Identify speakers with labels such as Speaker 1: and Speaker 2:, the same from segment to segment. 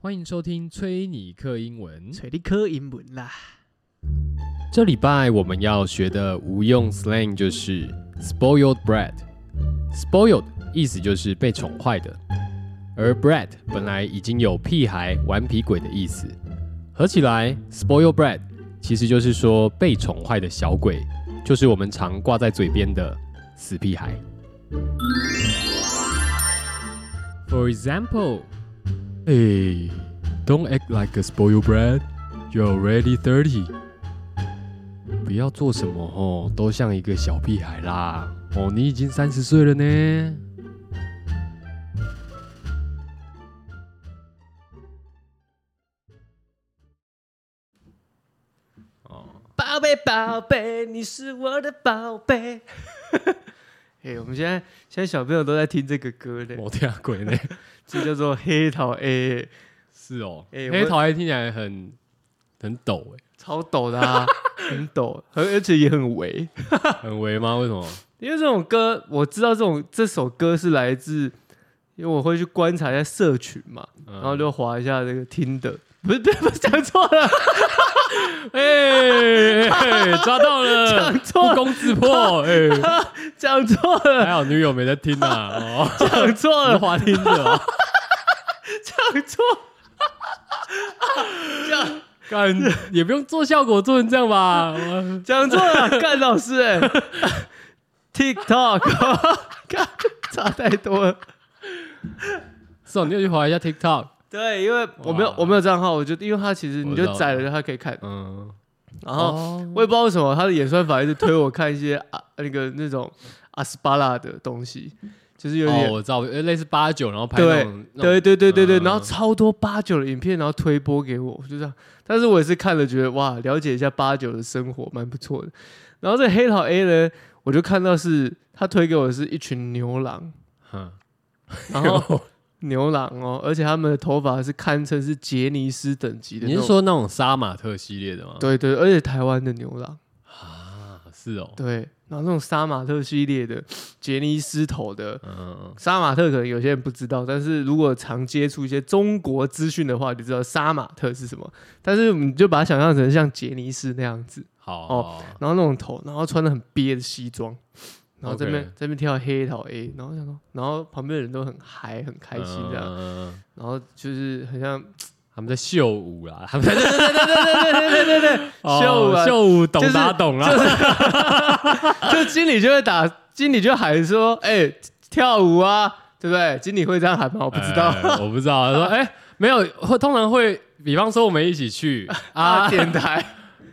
Speaker 1: 欢迎收听崔尼克英
Speaker 2: 嗯
Speaker 1: 文。
Speaker 3: 找你考英文啦。
Speaker 1: 这礼拜我们要学的无用 slang 就是 spoiled bread。spoiled 意思就是被宠坏的，而 bread 本来已经有屁孩、顽皮鬼的意思，合起来 spoiled bread 其实就是说被宠坏的小鬼，就是我们常挂在嘴边的死屁孩。For example，Hey, don't act like a spoiled brat. You're already thirty. 不要做什么哦，都像一个小屁孩啦。哦，你已经三十岁了呢。
Speaker 3: 宝贝，宝贝，你是我的宝贝。哎、我们现在现在小朋友都在听这个歌的，
Speaker 1: 我天啊，鬼 呢？
Speaker 3: 这叫做《黑桃 A》，
Speaker 1: 是哦，
Speaker 3: 哎
Speaker 1: 黑
Speaker 3: 我
Speaker 1: 桃 A 听起来很很欸抖
Speaker 3: 超抖的 啊，很抖，而而且也很围。
Speaker 1: 哎，很围吗？为什 么？
Speaker 3: 因为这种歌，我知道这种这首歌是来自，因为我会去观察一下社群嘛，
Speaker 1: 嗯
Speaker 3: 然后就划一下这个听的，不是不是不是讲错了，
Speaker 1: 哎、哎抓到了，
Speaker 3: 讲错
Speaker 1: 不攻自破。哎、
Speaker 3: 讲错 了，
Speaker 1: 还好女友没在听啊。哦，
Speaker 3: 讲错了，
Speaker 1: 滑听着、哦，
Speaker 3: 讲错，讲
Speaker 1: 干也不用做效果做成这样吧。哦
Speaker 3: 讲错了，干老师 哎、，TikTok，干 差太多了。
Speaker 1: 是哦，你有去划一下 TikTok？
Speaker 3: 对，因为我没有
Speaker 1: 哇
Speaker 3: 我没有账号，我就因为他其实
Speaker 1: 我
Speaker 3: 你
Speaker 1: 知
Speaker 3: 就
Speaker 1: 道
Speaker 3: 载了他可以看，
Speaker 1: 嗯，
Speaker 3: 然后我也不知道为什么他的演算法一直推我看一些啊那个那种阿斯巴拉的东西，就是有
Speaker 1: 哦，
Speaker 3: 点、
Speaker 1: 我知道，呃类似八九，然后拍那
Speaker 3: 对
Speaker 1: 种那种
Speaker 3: 对对对对对，
Speaker 1: 嗯
Speaker 3: 然后超多八九的影片，然后推播给我，我就这样。但是我也是看了觉得哇，了解一下八九的生活蛮不错的。然后这黑桃 A 呢，我就看到是他推给我的是一群牛郎，
Speaker 1: 嗯，
Speaker 3: 然后牛郎哦，而且他们的头发是堪称是杰尼斯等级的那
Speaker 1: 你
Speaker 3: 种。
Speaker 1: 是说那种杀马特系列的吗？
Speaker 3: 对对，而且台湾的牛郎，
Speaker 1: 啊，是哦，
Speaker 3: 对，然后那种杀马特系列的杰尼斯头的
Speaker 1: 嗯，
Speaker 3: 杀马特，可能有些人不知道，但是如果常接触一些中国资讯的话，你就知道杀马特是什么。但是你就把它想象成像杰尼斯那样子，
Speaker 1: 好
Speaker 3: 哦
Speaker 1: 好
Speaker 3: 然后那种头，然后穿的很憋的西装，然后这边
Speaker 1: OK
Speaker 3: 这边跳黑桃 A，然后想说，然后旁边的人都很嗨很开心这样，
Speaker 1: 嗯
Speaker 3: 然后就是很像
Speaker 1: 他们在秀舞啦，他们在秀
Speaker 3: 秀舞啊
Speaker 1: 秀舞，懂
Speaker 3: 就是
Speaker 1: 打懂啦，
Speaker 3: 就经理就会打，经理就喊说：“哎、跳舞啊，对不对？”经理会这样喊吗？我不知道。
Speaker 1: 哎，我不知道，他说哎，没有，会通常会，比方说我们一起去
Speaker 3: 啊，
Speaker 1: 啊，
Speaker 3: 电台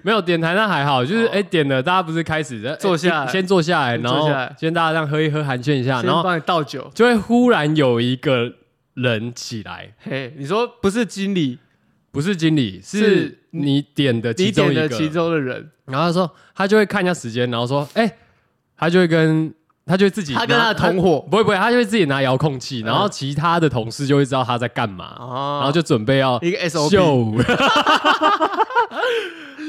Speaker 1: 没有点台那还好，就是
Speaker 3: 哦
Speaker 1: 哎点了，大家不是开始哎
Speaker 3: 坐下来
Speaker 1: 先坐下来，
Speaker 3: 先
Speaker 1: 然
Speaker 3: 坐
Speaker 1: 后
Speaker 3: 下来
Speaker 1: 先大家这样喝一喝，寒暄一下，
Speaker 3: 先
Speaker 1: 啊然后
Speaker 3: 帮你倒酒。
Speaker 1: 就会忽然有一个人起来，
Speaker 3: 嘿，你说不是经理，
Speaker 1: 不是经理，是
Speaker 3: 是
Speaker 1: 你点的其
Speaker 3: 你
Speaker 1: 中
Speaker 3: 点
Speaker 1: 一个。
Speaker 3: 的其中的人，
Speaker 1: 然后他说，他就会看一下时间，然后说，哎、他就会跟他就会自己拿，
Speaker 3: 他跟他的同伙
Speaker 1: 不会不会，他就会自己拿遥控器，
Speaker 3: 嗯
Speaker 1: 然后其他的同事就会知道他在干嘛，
Speaker 3: 啊，
Speaker 1: 然后就准备要
Speaker 3: 一个 SOP，
Speaker 1: 秀啊 舞。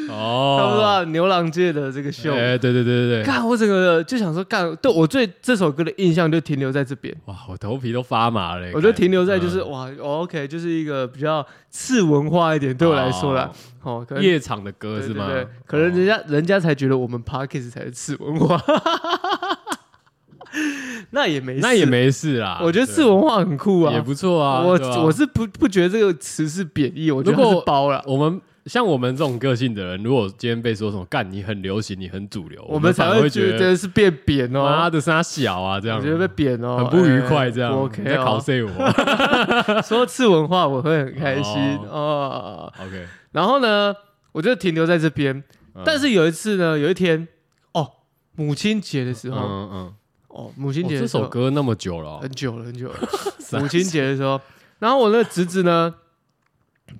Speaker 3: 差不多
Speaker 1: 哦，
Speaker 3: 啊牛郎界的这个秀。
Speaker 1: 哎、对对对对对，
Speaker 3: 干，我整个就想说干，对我对这首歌的印象就停留在这边，
Speaker 1: 哇，我头皮都发麻了。
Speaker 3: 我就停留在就是
Speaker 1: 嗯
Speaker 3: 哇哦，OK，就是一个比较次文化一点对我来说啦，哦，可能
Speaker 1: 夜场的歌
Speaker 3: 对
Speaker 1: 是
Speaker 3: 对
Speaker 1: 吗？哦
Speaker 3: 对，可能人家、人家才觉得我们 Parkes 才是次 文化，那也没事
Speaker 1: 那也，没事啦。
Speaker 3: 我觉得
Speaker 1: 对
Speaker 3: 次文化很酷啊。
Speaker 1: 也不错啊。
Speaker 3: 我、
Speaker 1: 对吧
Speaker 3: 我是不不觉得这个词是贬义，我觉得
Speaker 1: 如
Speaker 3: 它
Speaker 1: 果
Speaker 3: 是包了，
Speaker 1: 我们像我们这种个性的人，如果今天被说什么干你很流行，你很主流，
Speaker 3: 我们才
Speaker 1: 反而
Speaker 3: 会
Speaker 1: 会
Speaker 3: 觉
Speaker 1: 得
Speaker 3: 得是变扁
Speaker 1: 妈
Speaker 3: 哦。
Speaker 1: 的他小啊，这
Speaker 3: 我
Speaker 1: 样
Speaker 3: 觉得被扁哦，
Speaker 1: 很不愉快，
Speaker 3: 哎
Speaker 1: 这样
Speaker 3: 不
Speaker 1: 你
Speaker 3: OK
Speaker 1: 在考
Speaker 3: 哦。
Speaker 1: 试我。
Speaker 3: 说次文化我会很开心哦
Speaker 1: OK，
Speaker 3: 然后呢，我就停留在这边。
Speaker 1: 嗯
Speaker 3: 但是有一次呢，有一天哦，母亲节的时
Speaker 1: 嗯
Speaker 3: 候，
Speaker 1: 嗯嗯，
Speaker 3: 哦，母亲
Speaker 1: 哦
Speaker 3: 节
Speaker 1: 这
Speaker 3: 的时候呃
Speaker 1: 首歌那么久了哦，
Speaker 3: 很久了，很久 了。
Speaker 1: 傻
Speaker 3: 母亲节的时候，然后我那个侄子呢，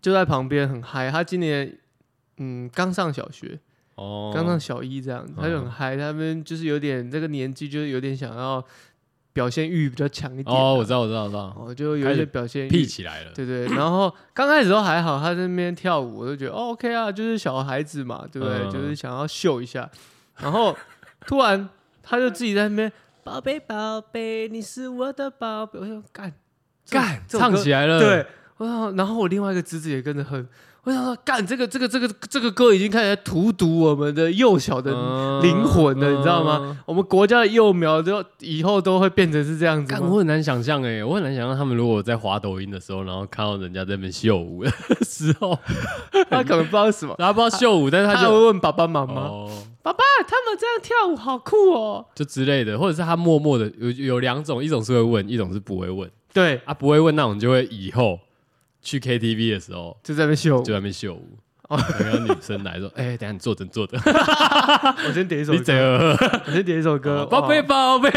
Speaker 3: 就在旁边很嗨。他今年嗯刚上小学，
Speaker 1: 哦，嗯
Speaker 3: 刚上小一这样子，他就很嗨。他们就是有点这个年纪，就是有点想要表现欲比较强一点啊。
Speaker 1: 哦，我知道我知道我知道，
Speaker 3: 哦，就有一
Speaker 1: 开
Speaker 3: 些
Speaker 1: 始
Speaker 3: 表现
Speaker 1: 屁
Speaker 3: 欲。
Speaker 1: 起来了，
Speaker 3: 对对，然后刚开始都还好，他在那边跳舞，我就觉得哦 OK 啊，就是小孩子嘛，对不对？
Speaker 1: 嗯
Speaker 3: 就是想要秀一下，然后突然他就自己在那边宝贝宝贝，你是我的宝贝，我就干
Speaker 1: 干
Speaker 3: 这
Speaker 1: 唱起来了，
Speaker 3: 对，我想，然后我另外一个侄子也跟着哼。我想说，干这个这个这个这个歌已经开始在荼毒我们的幼小的
Speaker 1: 嗯
Speaker 3: 灵魂了，你知道
Speaker 1: 哦
Speaker 3: 吗？我们国家的幼苗就以后都会变成是这样子
Speaker 1: 干，
Speaker 3: 吗
Speaker 1: 我很难想象哎、我很难想象他们如果在滑抖音的时候，然后看到人家在那边秀舞的 时候，
Speaker 3: 他可能不知道是什么，
Speaker 1: 大家不知道秀舞，但是
Speaker 3: 他
Speaker 1: 他
Speaker 3: 还
Speaker 1: 就
Speaker 3: 会问爸爸妈妈：“
Speaker 1: 哦，
Speaker 3: 爸爸，他们这样跳舞好酷哦。
Speaker 1: 就之类的，或者是他默默的有有两种，一种是会问，一种是不会问”
Speaker 3: 对，
Speaker 1: 啊，不会问那种就会以后去 KTV 的时候
Speaker 3: 就在那边秀舞
Speaker 1: 就。在那边秀舞。然后女生来说：“ 哎、等一下你坐着，你 坐着，
Speaker 3: 我先点一首
Speaker 1: 你
Speaker 3: 歌
Speaker 1: 怎，样？哦
Speaker 3: 我先点一首 歌。
Speaker 1: 宝贝，
Speaker 3: 哇，
Speaker 1: 宝贝，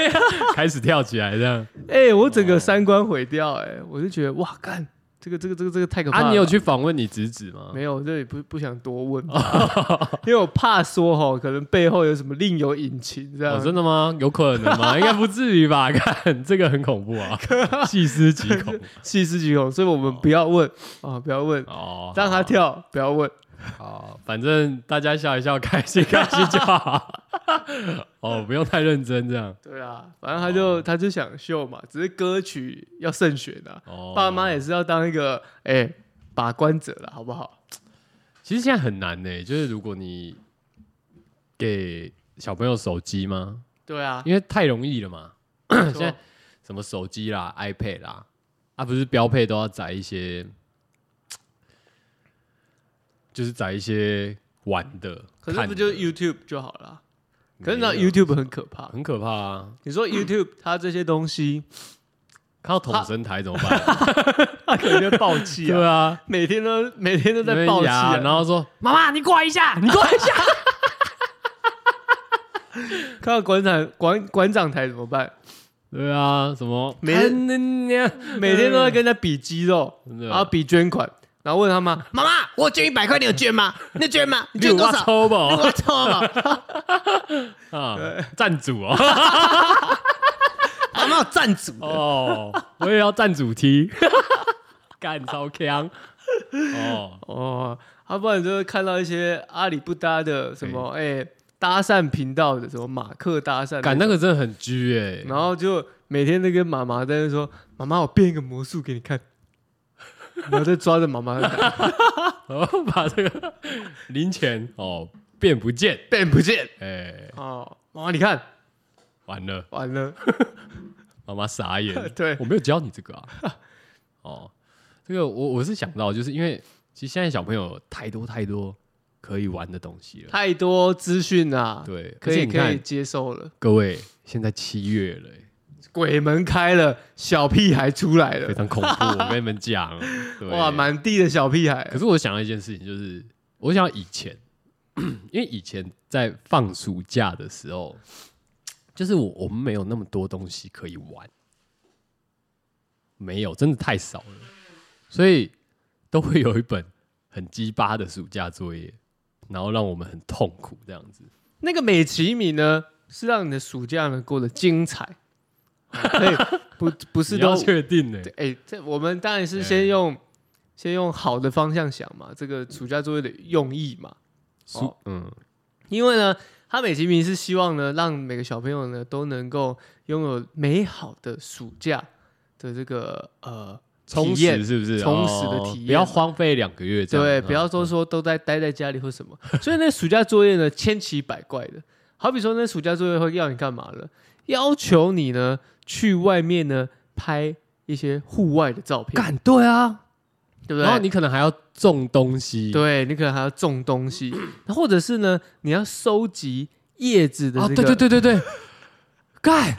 Speaker 1: 开始跳起来这样。
Speaker 3: 哎，我
Speaker 1: 哦
Speaker 3: 整个三观毁掉，哎，我就觉得哇，干这个这个这个这个太可怕了。
Speaker 1: 啊，你有去访问你侄子吗？
Speaker 3: 没有，这里不不想多问吧， 因为我怕说哈，可能背后有什么另有啊隐情这样。
Speaker 1: 哦，真的吗？有可能 吗？应该不至于吧？ 看这个很恐怖啊，细思极 恐
Speaker 3: 细思极恐，所以我们不要问啊，不要问，
Speaker 1: 哦。
Speaker 3: 让他跳，不要问。
Speaker 1: 好，反正大家笑一笑，开心开心就好。 哦，不用太认真这样。
Speaker 3: 对啊，反正他就他就想秀嘛，只是歌曲要慎选啊。
Speaker 1: 哦，
Speaker 3: 爸妈也是要当一个哎、把关者了，好不好？
Speaker 1: 其实现在很难呢、就是如果你给小朋友手机吗？
Speaker 3: 对啊，
Speaker 1: 因为太容易了嘛，
Speaker 3: 现
Speaker 1: 现在什么手机啦、iPad 啦，啊，不是标配都要载一些，就是载一些玩的，
Speaker 3: 可是
Speaker 1: 看
Speaker 3: 不
Speaker 1: 的
Speaker 3: 就 YouTube 就好了？可是
Speaker 1: 没
Speaker 3: 那
Speaker 1: 有
Speaker 3: YouTube 很可怕。
Speaker 1: 很可怕啊！
Speaker 3: 你说 YouTube 它这些 东西，
Speaker 1: 看到统神台怎么 办？
Speaker 3: 它可能会爆气 啊，
Speaker 1: 对啊，
Speaker 3: 每天都每天都在
Speaker 1: 那边
Speaker 3: 爆气、
Speaker 1: 牙
Speaker 3: 啊，
Speaker 1: 然后说妈妈，你过来一下，你过来一下。
Speaker 3: 看到馆长馆馆长台怎么办？
Speaker 1: 对啊，什么
Speaker 3: 每天
Speaker 1: 看你啊
Speaker 3: 每天都在跟人家比肌肉，
Speaker 1: 嗯真的
Speaker 3: 然后比捐款，然后问他妈
Speaker 2: 妈妈，我捐一百块，你有捐吗？你有捐吗？你捐
Speaker 1: 六
Speaker 2: 多
Speaker 1: 八
Speaker 2: 少？
Speaker 1: 抽吧
Speaker 2: 我抽吧。
Speaker 1: 啊，赞主哦。
Speaker 2: 妈妈有赞助。
Speaker 1: 哦，我也要站主题， 干超强 哦，
Speaker 3: 哦，要不然就会看到一些阿里不搭的什么哎、搭讪频道的什么马克搭讪，
Speaker 1: 干那个真的很狙哎、
Speaker 3: 然后就每天都跟妈妈在那说：“妈妈，我变一个魔术给你看。” 然后就抓着妈妈 的打
Speaker 1: 然后哦把这个零钱哦变不见，
Speaker 3: 变不见
Speaker 1: 哎、
Speaker 3: 哦，妈妈你看
Speaker 1: 完了，
Speaker 3: 完了，，
Speaker 1: 妈妈傻眼
Speaker 3: 对
Speaker 1: 我没有教你这个啊， 哦，这个我我是想到，就是因为其实现在小朋友太多太多可以玩的东西了，
Speaker 3: 太多资讯啊，
Speaker 1: 对，
Speaker 3: 可
Speaker 1: 而且
Speaker 3: 以
Speaker 1: 你
Speaker 3: 可以
Speaker 1: 看
Speaker 3: 接受了。
Speaker 1: 各位，现在七月了、哎
Speaker 3: 鬼门开了，小屁孩出来
Speaker 1: 非
Speaker 3: 了，
Speaker 1: 常恐 怖，我跟你们讲，对
Speaker 3: 哇，满地的小屁孩
Speaker 1: 可，是我想到一件事情，就是我想到以前， 因为以前在放暑假的时候，就是我我们没有那么多东西可以玩，没有，真的太少了，所以都会有一本很鸡巴的暑假作业，然后让我们很痛苦这样子。
Speaker 3: 那个美其名呢，是让你的暑假呢过得 精彩，哦可以不不是
Speaker 1: 你要
Speaker 3: 都
Speaker 1: 确定呢、
Speaker 3: 对，哎、这我们当然是
Speaker 1: 哎
Speaker 3: 先用、先用好的方向想嘛，这个暑假作业的用意嘛，
Speaker 1: 暑
Speaker 3: 哦
Speaker 1: 嗯，
Speaker 3: 因为呢，他美其名是希望呢，让每个小朋友呢都能够拥有美好的暑假的这个呃
Speaker 1: 充
Speaker 3: 体验
Speaker 1: 实是不是？
Speaker 3: 充实的
Speaker 1: 哦
Speaker 3: 体验
Speaker 1: 不要荒废两个月这样。
Speaker 3: 对，
Speaker 1: 嗯
Speaker 3: 不要都说都在待在家里或什么， 所以那暑假作业呢，千奇百怪的。好比说，那暑假作业会要你干嘛呢？要求你呢去外面呢拍一些户外的照片，
Speaker 1: 干对啊，
Speaker 3: 对不对？
Speaker 1: 然后你可能还要种东西，
Speaker 3: 对你可能还要种东 西，或者是呢，你要收集叶子的、
Speaker 1: 啊，
Speaker 3: 这个
Speaker 1: 对对对对 对，盖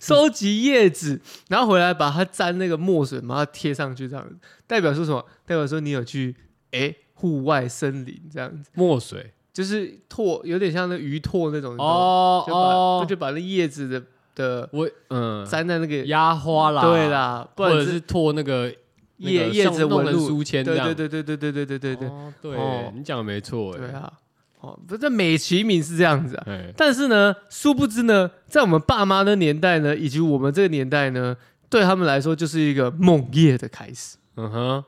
Speaker 3: 收集叶子，然后回来把它沾那个墨水，把它贴上去，这样子代表说什么？代表说你有去诶户外森林这样子，
Speaker 1: 墨水
Speaker 3: 就是拓，有点像那鱼拓那种，你知道吗
Speaker 1: 哦
Speaker 3: 就把、
Speaker 1: 哦，
Speaker 3: 就把那叶子的的
Speaker 1: 我嗯，
Speaker 3: 沾在那个，
Speaker 1: 压花啦，
Speaker 3: 对，啦，不
Speaker 1: 或
Speaker 3: 然
Speaker 1: 者
Speaker 3: 是
Speaker 1: 是拓那个
Speaker 3: 叶叶子
Speaker 1: 弄
Speaker 3: 纹
Speaker 1: 成
Speaker 3: 路，
Speaker 1: 书签
Speaker 3: 对
Speaker 1: 这样，
Speaker 3: 对对对对对对对对对
Speaker 1: 哦
Speaker 3: 哦
Speaker 1: 对，你讲的没错，
Speaker 3: 对
Speaker 1: 哎，
Speaker 3: 啊，哦，不是美其名是这样子啊，
Speaker 1: 哎，
Speaker 3: 但是呢，殊不知呢，在我们爸妈的年代呢，以及我们这个年代呢，对他们来说就是一个梦夜的开始。
Speaker 1: 嗯哼，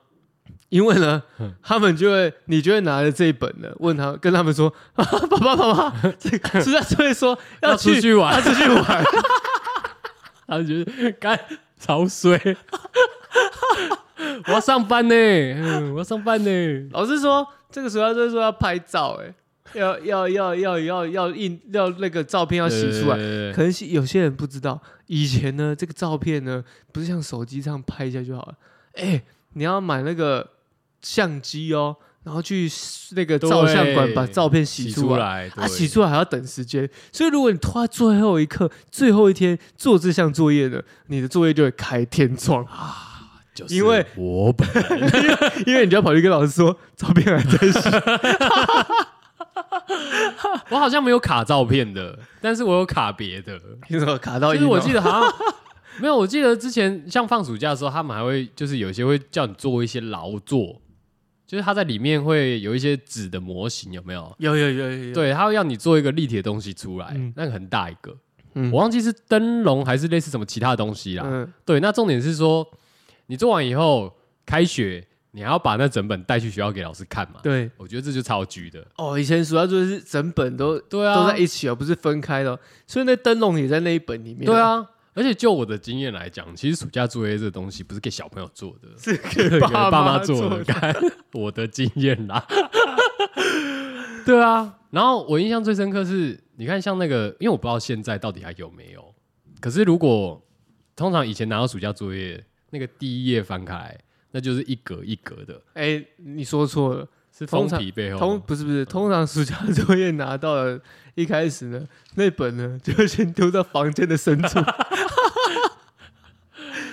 Speaker 3: 因为呢，他们就会，你就会拿着这一本呢，问他，跟他们说，啊、爸爸妈妈，这个暑假作业说要
Speaker 1: 要出
Speaker 3: 去，
Speaker 1: 去玩
Speaker 3: 要，出去 玩，
Speaker 1: 他就觉得干潮水， 我要上班呢，嗯我要上班呢。
Speaker 3: 老师说，这个时候他就说要拍照、欸， 要要要要要要印要那个照片要洗出来。
Speaker 1: 来
Speaker 3: 可能是有些人不知道，以前呢，这个照片呢，不是像手机这样拍一下就好了。哎、你要买那个相机哦，然后去那个照相馆
Speaker 1: 对
Speaker 3: 把照片洗
Speaker 1: 洗
Speaker 3: 出
Speaker 1: 出
Speaker 3: 来。
Speaker 1: 来，
Speaker 3: 啊，
Speaker 1: 对
Speaker 3: 洗出来还要等时间，所以如果你拖到最后一刻、最后一天做这项作业呢，你的作业就会开天窗，
Speaker 1: 就是
Speaker 3: 因为
Speaker 1: 我本人
Speaker 3: 因为你就要跑去跟老师说照片还在洗。
Speaker 1: 我好像没有卡照片的，但是我有卡别的，
Speaker 3: 你怎么卡到
Speaker 1: 就
Speaker 3: 音哦？
Speaker 1: 是我记得好像。没有，我记得之前像放暑假的时候，他们还会就是有些会叫你做一些劳作，就是他在里面会有一些纸的模型，有没有？
Speaker 3: 有有有有有，
Speaker 1: 对，他会要你做一个立体的东西出来，
Speaker 3: 嗯
Speaker 1: 那个很大一个，
Speaker 3: 嗯
Speaker 1: 我忘记是灯笼还是类似什么其他的东西啦。
Speaker 3: 嗯，
Speaker 1: 对，那重点是说，你做完以后，开学你还要把那整本带去学校给老师看嘛？
Speaker 3: 对。
Speaker 1: 我觉得这就超局的。
Speaker 3: 哦，以前暑假作业是整本都、
Speaker 1: 对啊，
Speaker 3: 都在一起哦，不是分开的哦、所以那灯笼也在那一本里面。哦
Speaker 1: 对，啊。而且就我的经验来讲，其实暑假作业这个东西不是给小朋友做 的，是 给
Speaker 3: 爸
Speaker 1: 爸
Speaker 3: 妈
Speaker 1: 妈做
Speaker 3: 做的
Speaker 1: 的。看我的经验啦， 对啊。然后我印象最深刻是，你看像那个，因为我不知道现在到底还有没有。可是如果通常以前拿到暑假作业，那个第一页翻开，那就是一格一格的，
Speaker 3: 哎、你说错了，
Speaker 1: 是
Speaker 3: 通
Speaker 1: 封
Speaker 3: 常
Speaker 1: 皮背后
Speaker 3: 通
Speaker 1: 吗。
Speaker 3: 不是不是，通常暑假作业拿到了，一开始呢，那本呢就先丢到房间的深 处，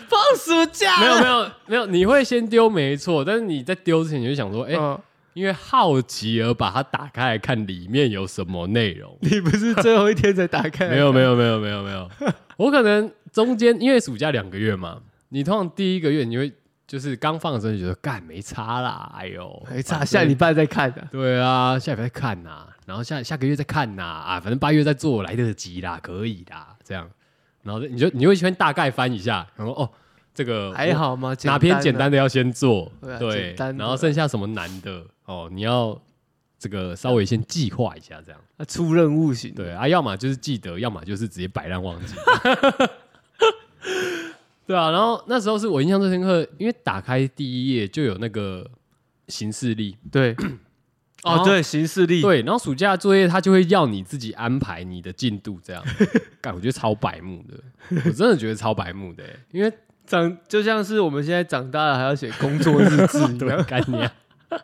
Speaker 2: 放暑假
Speaker 1: 没有没有没有，你会先丢没错，但是你在丢之前你就想说，哎、
Speaker 3: 嗯。
Speaker 1: 因为好奇而把它打开来看里面有什么内容
Speaker 3: 你不是最后一天才打开？
Speaker 1: 没有没有没有没有没 有，我可能中间因为暑假两个月嘛，你通常第一个月你会就是刚放的时候你觉得干没差啦，哎呦
Speaker 3: 哎，差
Speaker 1: 反正
Speaker 3: 下礼拜再看的、啊。
Speaker 1: 对啊，下礼拜看呐、然后下下个月再看呐、啊，反正八月再做来得及啦，可以啦，这样，然后你就你会先大概翻一下，然后哦这个
Speaker 3: 还好吗？
Speaker 1: 哪篇简
Speaker 3: 简
Speaker 1: 单的要先做，
Speaker 3: 对啊
Speaker 1: 对
Speaker 3: 简，单的
Speaker 1: 然后剩下什么难的哦，你要这个稍微先计划一下，这样
Speaker 3: 啊出任务型的，
Speaker 1: 对啊，要么就是记得，要么就是直接摆烂忘记。 对啊，然后那时候是我印象最深刻，因为打开第一页就有那个行事历，
Speaker 3: 对，
Speaker 1: 然
Speaker 3: 哦
Speaker 1: 后
Speaker 3: 对，行事历，
Speaker 1: 对，然后暑假作业他就会要你自己安排你的进度，这样， 干，我觉得超白目的，我真的觉得超白目的、因为
Speaker 3: 长就像是我们现在长大了还要写工作日 志一样，
Speaker 1: 干你、啊，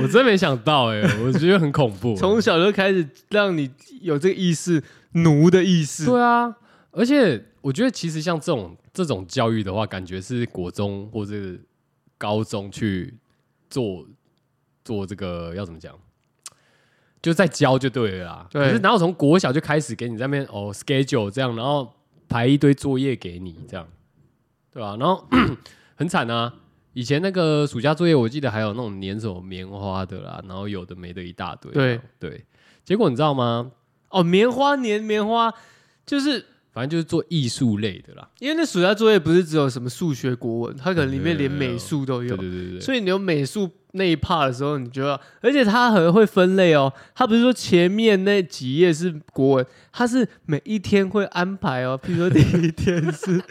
Speaker 1: 我真没想到哎、我觉得很恐怖，欸
Speaker 3: 从小就开始让你有这个意识，奴的意识。
Speaker 1: 对啊，而且我觉得其实像这种这种教育的话，感觉是国中或者是高中去做做这个要怎么讲，就在教就对了啦。
Speaker 3: 对
Speaker 1: 可是哪有从国小就开始给你在那边哦 schedule 这样，然后排一堆作业给你这样，对吧、然后 很惨啊。以前那个暑假作业，我记得还有那种粘什么棉花的啦，然后有的没的一大堆这样。对，结果你知道吗？
Speaker 3: 哦，棉花粘棉花，就是
Speaker 1: 反正就是做艺术类的啦。
Speaker 3: 因为那暑假作业不是只有什么数学、国文，它可能里面连美术都有
Speaker 1: 对，对对对，
Speaker 3: 所以你有美术那一 part 的时候，你啊就要，而且它很会分类哦。它不是说前面那几页是国文，它是每一天会安排哦。譬如说第一天是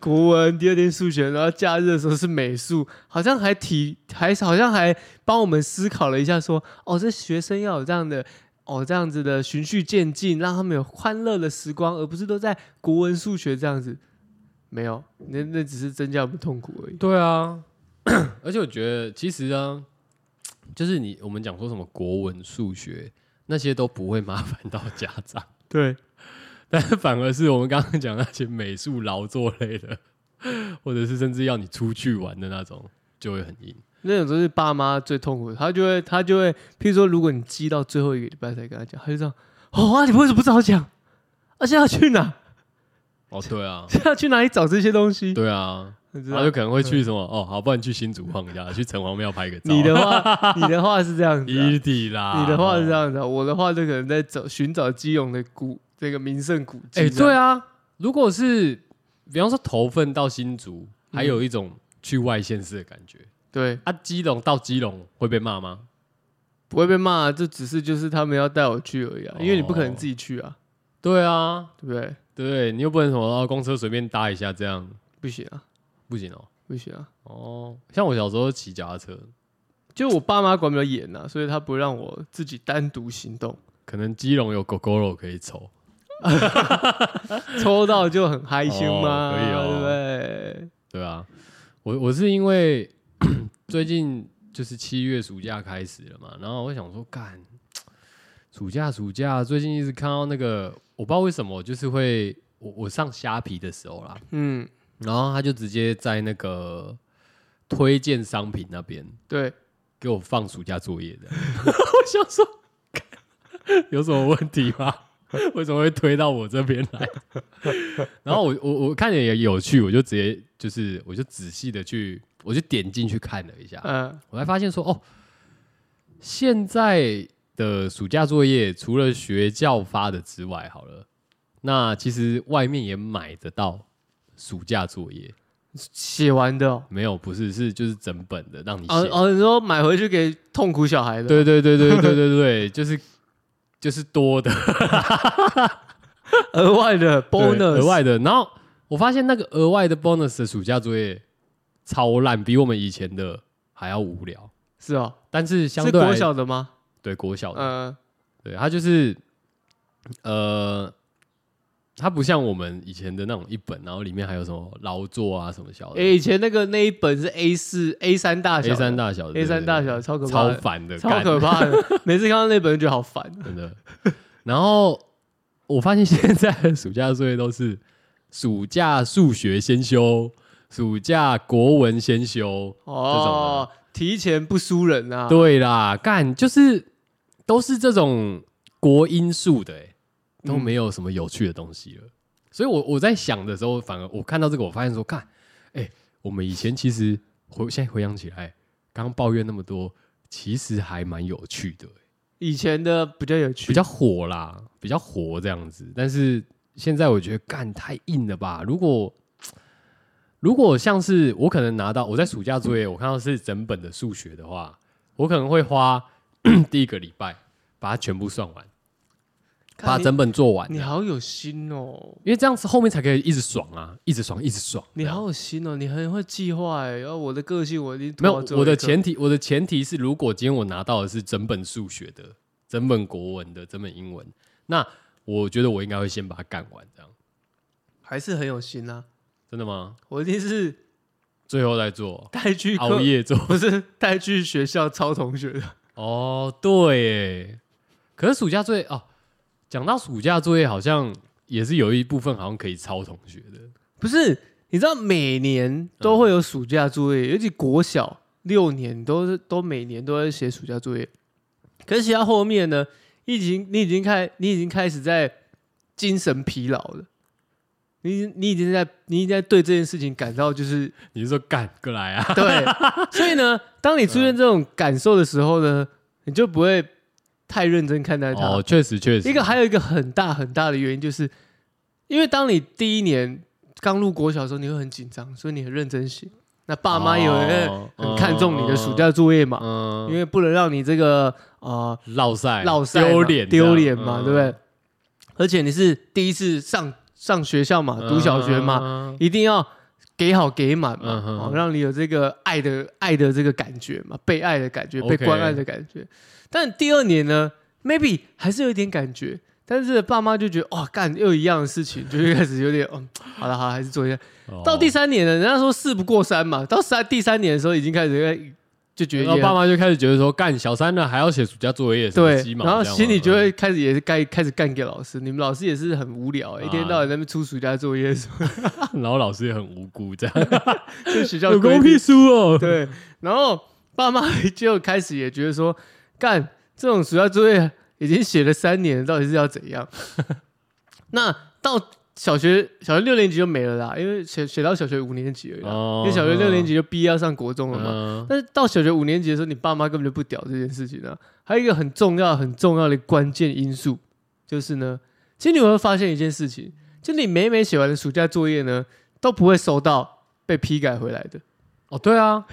Speaker 3: 国文，第二天数学，然后假日的时候是美术，好像还提还好像还帮我们思考了一下说哦，这学生要有这样的。哦，这样子的循序渐进，让他们有欢乐的时光，而不是都在国文、数学这样子。没有，那那只是增加我们痛苦而已。
Speaker 1: 对啊， 而且我觉得其实啊，就是你我们讲说什么国文、数学那些都不会麻烦到家长，
Speaker 3: 对，
Speaker 1: 但是反而是我们刚刚讲那些美术劳作类的， 或者是甚至要你出去玩的那种，就会很硬。
Speaker 3: 那种都是爸妈最痛苦的，他就会他就会，譬如说，如果你积到最后一个礼拜才跟他讲，他就这样，哦啊，你为什么不早讲？啊，现在要去哪？
Speaker 1: 哦，对啊，
Speaker 3: 现在要去哪里找这些东西？
Speaker 1: 对啊，
Speaker 3: 你知
Speaker 1: 他
Speaker 3: 道
Speaker 1: 就可能会去什么哦，好，不然去新竹晃一下，去城隍庙拍个照。
Speaker 3: 你的话，你的话是这样子 啊、
Speaker 1: 一底啦，
Speaker 3: 你的话是这样子啊、我的话就可能在找寻找基隆的古这个名胜古迹。
Speaker 1: 哎、对
Speaker 3: 啊，
Speaker 1: 啊，如果是比方说投份到新竹，还有一种去外县市的感觉。
Speaker 3: 对，
Speaker 1: 啊，基隆到基隆会被骂吗？
Speaker 3: 不会被骂，这只是就是他们要带我去而已啊，因为你不可能自己去啊，
Speaker 1: 对啊，
Speaker 3: 对不对？
Speaker 1: 对不对？你又不能什么、哦公车随便搭一下这样，
Speaker 3: 不行啊，
Speaker 1: 不行哦。
Speaker 3: 不行啊，
Speaker 1: 哦，像我小时候骑脚踏车，
Speaker 3: 就我爸妈管比较严呐、所以他不让我自己单独行动，
Speaker 1: 可能基隆有狗狗肉可以抽，
Speaker 3: 抽到就很害羞嘛，
Speaker 1: 哦可以哦
Speaker 3: 对不对？
Speaker 1: 对啊，我我是因为 最近就是七月暑假开始了嘛，然后我想说，干暑假暑假，最近一直看到那个，我不知道为什么，就是会我我上虾皮的时候啦，
Speaker 3: 嗯，
Speaker 1: 然后他就直接在那个推荐商品那边
Speaker 3: 对，
Speaker 1: 给我放暑假作业的， 我想说，干 有什么问题吗？ 为什么会推到我这边来？ 然后我我我看着也有趣，我就直接就是我就仔细的去，我就点进去看了一下，
Speaker 3: 嗯、
Speaker 1: 我才发现说哦，现在的暑假作业除了学校发的之外，好了，那其实外面也买得到暑假作业，
Speaker 3: 写完的哦，
Speaker 1: 没有不是是就是整本的让你写。
Speaker 3: 哦哦，你说买回去给痛苦小孩的，
Speaker 1: 对对对对对对对，就是就是多的
Speaker 3: 额外的
Speaker 1: 对
Speaker 3: bonus，
Speaker 1: 额外的。然后我发现那个额外的 bonus 的暑假作业超烂，比我们以前的还要无聊。
Speaker 3: 是哦，
Speaker 1: 但是相
Speaker 3: 是
Speaker 1: 对来
Speaker 3: 国小的吗？
Speaker 1: 对国小的，
Speaker 3: 嗯、
Speaker 1: 对它就是呃，它不像我们以前的那种一本，然后里面还有什么劳作啊什么小的
Speaker 3: 诶以前那个那一本是 A 四、A 三大小
Speaker 1: A 三大小的
Speaker 3: A 三大
Speaker 1: 对
Speaker 3: 小，超可
Speaker 1: 对对
Speaker 3: 怕
Speaker 1: 超
Speaker 3: 的，
Speaker 1: 烦的，
Speaker 3: 超
Speaker 1: 干
Speaker 3: 可怕 的。每次看到那本就觉得好烦。
Speaker 1: 真的。然后我发现现在的暑假作业都是暑假数学先修，暑假国文先修。
Speaker 3: 哦，提前不输人啊！
Speaker 1: 对啦，干就是都是这种国因素的、欸，都没有什么有趣的东西了。所以我我在想的时候，反而我看到这个，我发现说，看，哎、我们以前其实回现在回想起来，刚刚抱怨那么多，其实还蛮有趣的、欸
Speaker 3: 以前的比较有趣，
Speaker 1: 比较火啦，比较火这样子。但是现在我觉得干太硬了吧？如果如果像是我可能拿到我在暑假作业，我看到是整本的数学的话，我可能会花 第一个礼拜把它全部算完，
Speaker 3: 看
Speaker 1: 把
Speaker 3: 你
Speaker 1: 整本做完，
Speaker 3: 你好有心哦，
Speaker 1: 因为这样子后面才可以一直爽啊，一直爽，一直爽。
Speaker 3: 你好有心哦，你很会计划哎。然后我的个性，我一定
Speaker 1: 没
Speaker 3: 拖到最
Speaker 1: 有
Speaker 3: 后
Speaker 1: 我的
Speaker 3: 一刻
Speaker 1: 前提，我的前提是，如果今天我拿到的是整本数学的、整本国文的、整本英文，那我觉得我应该会先把它干完，这样
Speaker 3: 还是很有心啊。
Speaker 1: 真的吗？
Speaker 3: 我一定是
Speaker 1: 最后再做，
Speaker 3: 带去课
Speaker 1: 熬，夜 做。
Speaker 3: 不是带去学校抄同学的。
Speaker 1: 哦，对耶，可是暑假作业哦，讲到暑假作业，好像也是有一部分好像可以抄同学的。
Speaker 3: 不是，你知道每年都会有暑假作业，尤其国小六年都是都每年都在写暑假作业，可是写到后面呢，已经你已经开你已经开始在精神疲劳了，你你已经在你已经在对这件事情感到就是
Speaker 1: 你是说干过来啊？
Speaker 3: 对，所以呢，当你出现这种感受的时候呢，你就不会太认真看待它。
Speaker 1: 哦，确实确实，
Speaker 3: 一个还有一个很大很大的原因，就是因为当你第一年刚入国小的时候，你会很紧张，所以你很认真写。那爸妈也会
Speaker 1: 哦
Speaker 3: 很看重你的暑假作业嘛，
Speaker 1: 嗯，
Speaker 3: 因为不能让你这个呃
Speaker 1: 落赛
Speaker 3: 落塞嘛
Speaker 1: 丢脸
Speaker 3: 丢脸嘛，
Speaker 1: 这
Speaker 3: 对不？
Speaker 1: 嗯
Speaker 3: 对
Speaker 1: 样？
Speaker 3: 而且你是第一次上上学校嘛，
Speaker 1: 嗯
Speaker 3: 读小学嘛，
Speaker 1: 嗯
Speaker 3: 一定要给好给满嘛
Speaker 1: 嗯，哼
Speaker 3: 哦，让你有这个爱的爱的这个感觉嘛，被爱的感觉，被
Speaker 1: OK
Speaker 3: 关爱的感觉。但第二年呢，maybe 还是有一点感觉，但是爸妈就觉得哇，干又一样的事情，就会开始有点嗯，好了好了，还是做一下。
Speaker 1: 哦
Speaker 3: 到第三年呢，人家说事不过三嘛，到三第三年的时候已经开始就觉
Speaker 1: 然后
Speaker 3: 得
Speaker 1: 爸妈就开始觉得说，干小三了还要写暑假作业，什么
Speaker 3: 对
Speaker 1: 鸡，毛
Speaker 3: 然后
Speaker 1: 这样
Speaker 3: 心里
Speaker 1: 吗
Speaker 3: 就会开始也是该开始干给老师，你们老师也是很无聊、一天
Speaker 1: 啊
Speaker 3: 到晚在那边出暑假作业 什么，
Speaker 1: 嗯然后老师也很无辜， 这样
Speaker 3: 就学校
Speaker 1: 有
Speaker 3: 规
Speaker 1: 公
Speaker 3: 定
Speaker 1: 屁书哦。
Speaker 3: 对，然后爸妈就开始也觉得说，干这种暑假作业已经写了三年了，到底是要 怎样？那到小学小学六年级就没了啦，因为写写到小学五年级而已啦，
Speaker 1: 哦
Speaker 3: 因为小学六年级就毕业要上国中了嘛。
Speaker 1: 嗯
Speaker 3: 但是到小学五年级的时候，你爸妈根本就不屌这件事情啊。还有一个很重要、很重要的关键因素，就是呢，其实你会发现一件事情，就你每每写完的暑假作业呢，都不会收到被批改回来的。
Speaker 1: 哦，对啊，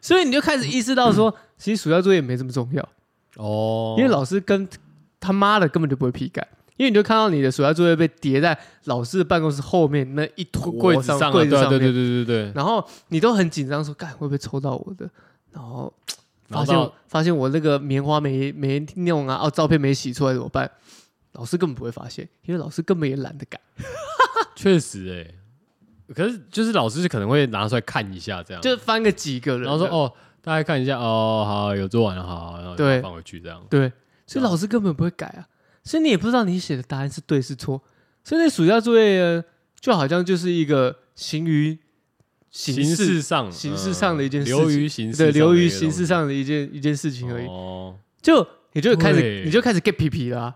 Speaker 3: 所以你就开始意识到说，其实暑假作业没这么重要，
Speaker 1: 哦，
Speaker 3: 因为老师跟他妈的根本就不会批改，因为你就看到你的暑假作业被叠在老师的办公室后面那一坨柜
Speaker 1: 我
Speaker 3: 子上
Speaker 1: 上啊
Speaker 3: 柜
Speaker 1: 对
Speaker 3: 子
Speaker 1: 啊
Speaker 3: 上
Speaker 1: 对对
Speaker 3: 面，
Speaker 1: 对对对，
Speaker 3: 然后你都很紧张说，干会不会抽到我的？然后
Speaker 1: 然
Speaker 3: 发
Speaker 1: 后
Speaker 3: 现
Speaker 1: 到
Speaker 3: 我发现我那个棉花没没弄啊，哦，照片没洗出来怎么办？老师根本不会发现，因为老师根本也懒得改。
Speaker 1: 确实哎、可是就是老师可能会拿出来看一下这样，
Speaker 3: 就翻个几个人，
Speaker 1: 然后说，哦，大家看一下哦，好有做完了好，然后
Speaker 3: 对
Speaker 1: 就放回去这样。
Speaker 3: 对，所以老师根本不会改啊，所以你也不知道你写的答案是对是错，所以那暑假作业呃就好像就是一个行于形
Speaker 1: 形式上嗯
Speaker 3: 形式上的一件事情
Speaker 1: 流于形式
Speaker 3: 对流于
Speaker 1: 的一个东
Speaker 3: 形
Speaker 1: 西
Speaker 3: 式上的一件一件事情而已，
Speaker 1: 哦，
Speaker 3: 就你就开始
Speaker 1: 对
Speaker 3: 你就开始 get 皮皮了、啊，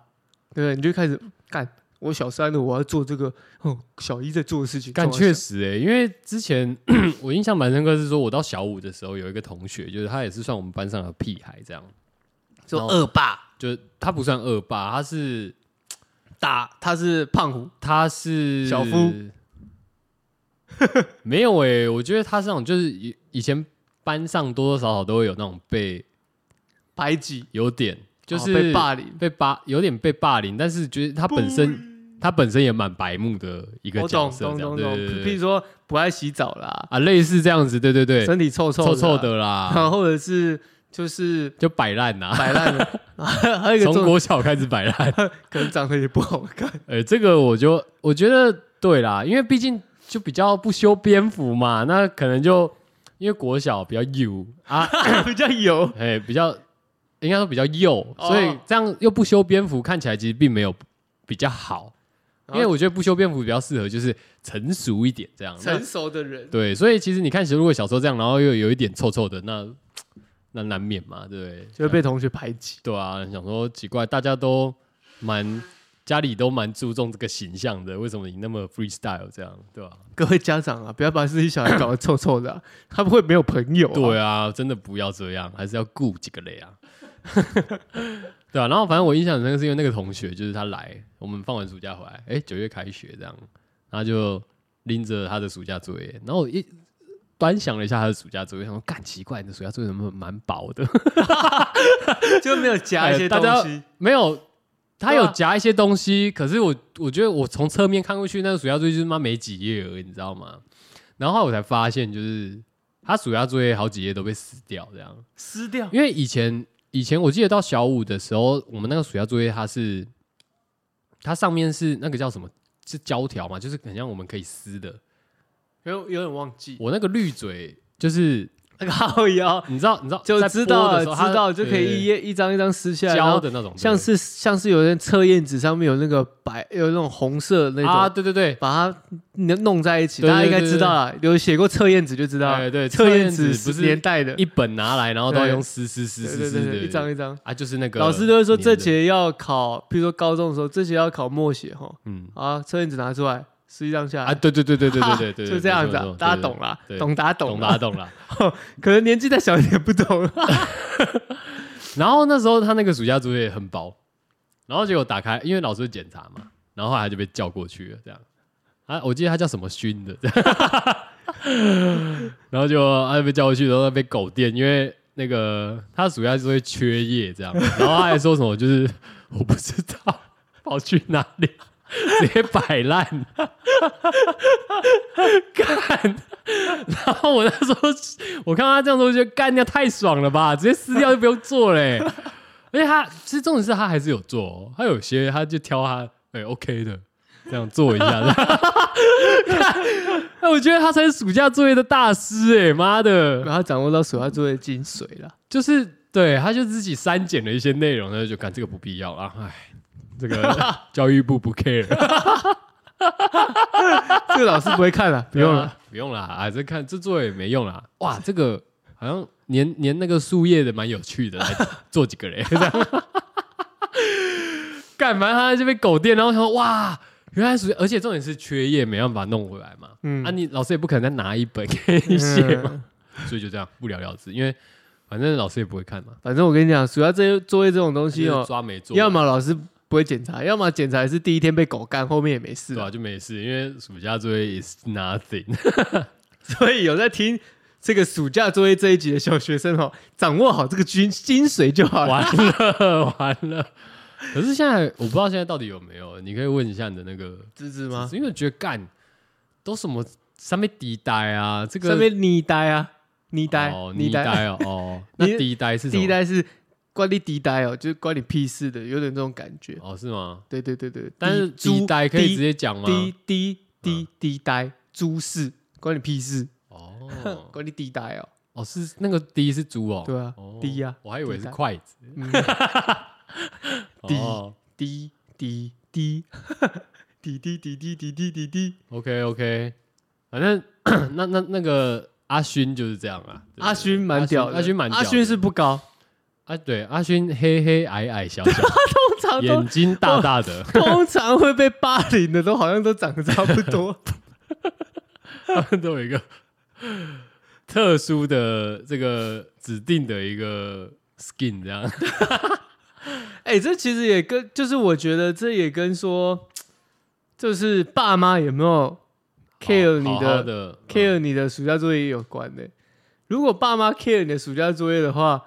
Speaker 3: 对不对？你就开始干。我小三的，我要做这个，哦，小一在做的事情。
Speaker 1: 但
Speaker 3: 做完
Speaker 1: 确
Speaker 3: 小
Speaker 1: 实哎、因为之前 我印象蛮深刻是说，我到小五的时候有一个同学，就是他也是算我们班上的屁孩这样，
Speaker 3: 哦
Speaker 2: 说
Speaker 1: 哦
Speaker 2: 恶霸
Speaker 1: 就是他不算恶霸，他是
Speaker 3: 打他是胖虎，
Speaker 1: 他是
Speaker 3: 小夫，
Speaker 1: 没有哎、我觉得他是那种就是以以前班上多多少少都会有那种被
Speaker 3: 白挤，
Speaker 1: 有点就
Speaker 3: 哦
Speaker 1: 是、
Speaker 3: 被霸凌。嗯
Speaker 1: 被霸，有点被霸凌，但是觉得他本身他本身也蛮白目的一个
Speaker 3: 我
Speaker 1: 角
Speaker 3: 懂
Speaker 1: 色，
Speaker 3: 懂
Speaker 1: 这样
Speaker 3: 懂
Speaker 1: 对
Speaker 3: 懂
Speaker 1: 对，对
Speaker 3: 譬如
Speaker 1: 对
Speaker 3: 说不爱洗澡啦，
Speaker 1: 啊，类似这样子，对对对，
Speaker 3: 身体臭臭
Speaker 1: 臭臭
Speaker 3: 的
Speaker 1: 的
Speaker 3: 啊，
Speaker 1: 啦，
Speaker 3: 然后或者是就是
Speaker 1: 就摆烂呐，
Speaker 3: 摆烂的， 还有一 个
Speaker 1: 从
Speaker 3: 重
Speaker 1: 国小开始摆烂，
Speaker 3: 可能长得也不好看，
Speaker 1: 呃，这个我就我觉得对啦，因为毕竟就比较不修边幅嘛，那可能就因为国小比较幼 啊，
Speaker 3: 比 较油。
Speaker 1: 哎，比较应该说比较幼，
Speaker 3: 哦
Speaker 1: 所以这样又不修边幅，看起来其实并没有比较好。
Speaker 3: 哦
Speaker 1: 因为我觉得不修边幅比较适合，就是成熟一点这样。那
Speaker 3: 成熟的人，
Speaker 1: 对，所以其实你看，如果小时候这样，然后又有一点臭臭的，那那难免嘛，对不对？
Speaker 3: 就会被同学排挤。
Speaker 1: 对啊，想说奇怪，大家都蛮家里都蛮注重这个形象的，为什么你那么 freestyle 这样，对吧、
Speaker 3: 各位家长啊，不要把自己小孩搞得臭臭的啊、他们会没有朋友、
Speaker 1: 对，啊，真的不要这样，还是要顾几个雷啊。 对啊，然后反正我印象很深刻，是因为那个同学，就是他来，我们放完暑假回来，哎，九月开学这样，他就拎着他的暑假作业，然后我一端详了一下他的暑假作业，想说，干奇怪，你的暑假作业怎么蛮薄的？
Speaker 3: 就没有加一些
Speaker 1: 哎大
Speaker 3: 东
Speaker 1: 家
Speaker 3: 西。
Speaker 1: 没有，他
Speaker 3: 对啊
Speaker 1: 有夹一些东西，可是我我觉得我从侧面看过去，那个暑假作业就是妈没几页而已，你知道吗？然后后来我才发现，就是他暑假作业好几页都被撕掉，这样，
Speaker 3: 撕掉
Speaker 1: 因为以前以前我记得到小五的时候，我们那个暑假作业它是它上面是那个叫什么？是胶条嘛，就是很像我们可以撕的。
Speaker 3: 有有点忘记
Speaker 1: 我那个绿嘴就是
Speaker 3: 那个靠腰，
Speaker 1: 你知道，你知道
Speaker 3: 就
Speaker 1: 在
Speaker 3: 知
Speaker 1: 剥
Speaker 3: 道
Speaker 1: 的
Speaker 3: 了，
Speaker 1: 时候它
Speaker 3: 知道就可以一
Speaker 1: 对
Speaker 3: 页一张一张撕下来，然
Speaker 1: 胶
Speaker 3: 后
Speaker 1: 的那种，
Speaker 3: 像
Speaker 1: 对
Speaker 3: 是像是有人测验纸上面有那个白有那种红色的那种
Speaker 1: 啊，对对对，
Speaker 3: 把它弄弄在一起，
Speaker 1: 对
Speaker 3: 大家应该
Speaker 1: 对对
Speaker 3: 知道啦，有写过测验纸就知道，
Speaker 1: 哎对
Speaker 3: 测验
Speaker 1: 测验
Speaker 3: 纸
Speaker 1: 纸不是
Speaker 3: 是连带的，
Speaker 1: 一本拿来，然后都要
Speaker 3: 对
Speaker 1: 用撕撕撕
Speaker 3: 对
Speaker 1: 撕
Speaker 3: 对
Speaker 1: 撕
Speaker 3: 对
Speaker 1: 的
Speaker 3: 对，一张一张。
Speaker 1: 啊，就是那个
Speaker 3: 老师都会说
Speaker 1: 粘的
Speaker 3: 这节要考，比如说高中的时候，这节要考默写哈，
Speaker 1: 嗯
Speaker 3: 啊，测验纸拿出来，实际上下来
Speaker 1: 啊，，对对对对对对对对，
Speaker 3: 就这样子
Speaker 1: 没
Speaker 3: 啊
Speaker 1: 错，
Speaker 3: 大家懂，啦
Speaker 1: 对，对
Speaker 3: 懂打
Speaker 1: 没错
Speaker 3: 懂
Speaker 1: 懂
Speaker 3: 啦
Speaker 1: 啦，懂啦。
Speaker 3: 可能年纪再小一点不懂，
Speaker 1: 然后那时候他那个暑假作业很薄，然后结果打开，因为老师检查嘛，然后后来他就被叫过去了，这样。啊，我记得他叫什么勋的， 然后就他就被叫过去，然后被狗电，因为那个他暑假作业缺页这样，然后他还说什么就是我不知道跑去哪里，直接摆烂，干。然后我那时候我看到他这样做，我觉得干掉太爽了吧，直接撕掉就不用做嘞、 而且他其实重点是他还是有做、哦，他有些他就挑他哎、OK 的这样做一下。 哎，我觉得他才是暑假作业的大师哎、妈的！
Speaker 3: 然后掌握到暑假作业精髓了。
Speaker 1: 就是对，他就自己删减了一些内容，他就觉得干这个不必要啦，哎，这 个教育部不 care，
Speaker 3: 这个老师不会 看了，不用了。
Speaker 1: 啊，不用啦，啊，这看这做也没用啦，哇，这个好像连连那个树叶的蛮有趣的， 来做几个嘞， 这样，干嘛他就被狗电，然后想说哇。原来是，而且重点是缺页，没办法弄回来嘛。
Speaker 3: 嗯
Speaker 1: 啊，你老师也不可能再拿一本给你写嘛，
Speaker 3: 嗯
Speaker 1: 所以就这样不了了之，因为反正老师也不会看嘛。
Speaker 3: 反正我跟你讲，暑假作业作业这种东西
Speaker 1: 就
Speaker 3: 哦
Speaker 1: 是，抓没做，
Speaker 3: 要么老师不会检查，要么检查也是第一天被狗干，后面也没事
Speaker 1: 对
Speaker 3: 啊
Speaker 1: 啊，。就没事，因为暑假作业 is nothing。
Speaker 3: 所以有在听这个暑假作业这一集的小学生哦，掌握好这个精精髓就好了。
Speaker 1: 完了完了，可是现在我不知道现在到底有没有，你可以问一下你的那个
Speaker 3: 芝芝吗？
Speaker 1: 因为觉得干都什么上面低呆啊，这个
Speaker 3: 上面泥呆啊，泥呆
Speaker 1: 哦，，
Speaker 3: 泥
Speaker 1: 泥
Speaker 3: 呆，
Speaker 1: 呆哦，哦，
Speaker 3: 你
Speaker 1: 那低呆是什
Speaker 3: 泥
Speaker 1: 么？
Speaker 3: 呆是关你低呆哦，就是关你屁事的，有点这种感觉。
Speaker 1: 哦，是吗？
Speaker 3: 对对对对，
Speaker 1: 但是
Speaker 3: 猪
Speaker 1: 低呆可以直接讲吗？嗯
Speaker 3: 滴滴滴滴呆，猪事关你屁事，
Speaker 1: 哦
Speaker 3: 关你低呆哦。
Speaker 1: 哦，是那个低是猪哦，
Speaker 3: 对啊
Speaker 1: 哦
Speaker 3: 低呀
Speaker 1: 我还以为
Speaker 3: 低
Speaker 1: 是
Speaker 3: 呆
Speaker 1: 筷子，
Speaker 3: 嗯，低
Speaker 1: 哦
Speaker 3: 滴滴 滴，滴滴滴滴滴滴滴滴。
Speaker 1: OK OK，反正 那那那个阿勋就是这样啊，对不对
Speaker 3: 阿勋蛮屌的，
Speaker 1: 阿勋蛮屌
Speaker 3: 阿
Speaker 1: 的
Speaker 3: 勋是不高，
Speaker 1: 啊，对，阿勋黑黑矮矮小小，
Speaker 3: 通常啊 都，
Speaker 1: 眼睛大大的
Speaker 3: 通常会被霸凌的都好像都长得差不多。
Speaker 1: 他们都有一个 特殊的这个指定的一个 skin 这样。
Speaker 3: 哎、这其实也跟就是我觉得这也跟说，就是爸妈有没有 care 你
Speaker 1: 哦好好的嗯
Speaker 3: care 你的暑假作业也有关的、如果爸妈 care 你的暑假作业的话，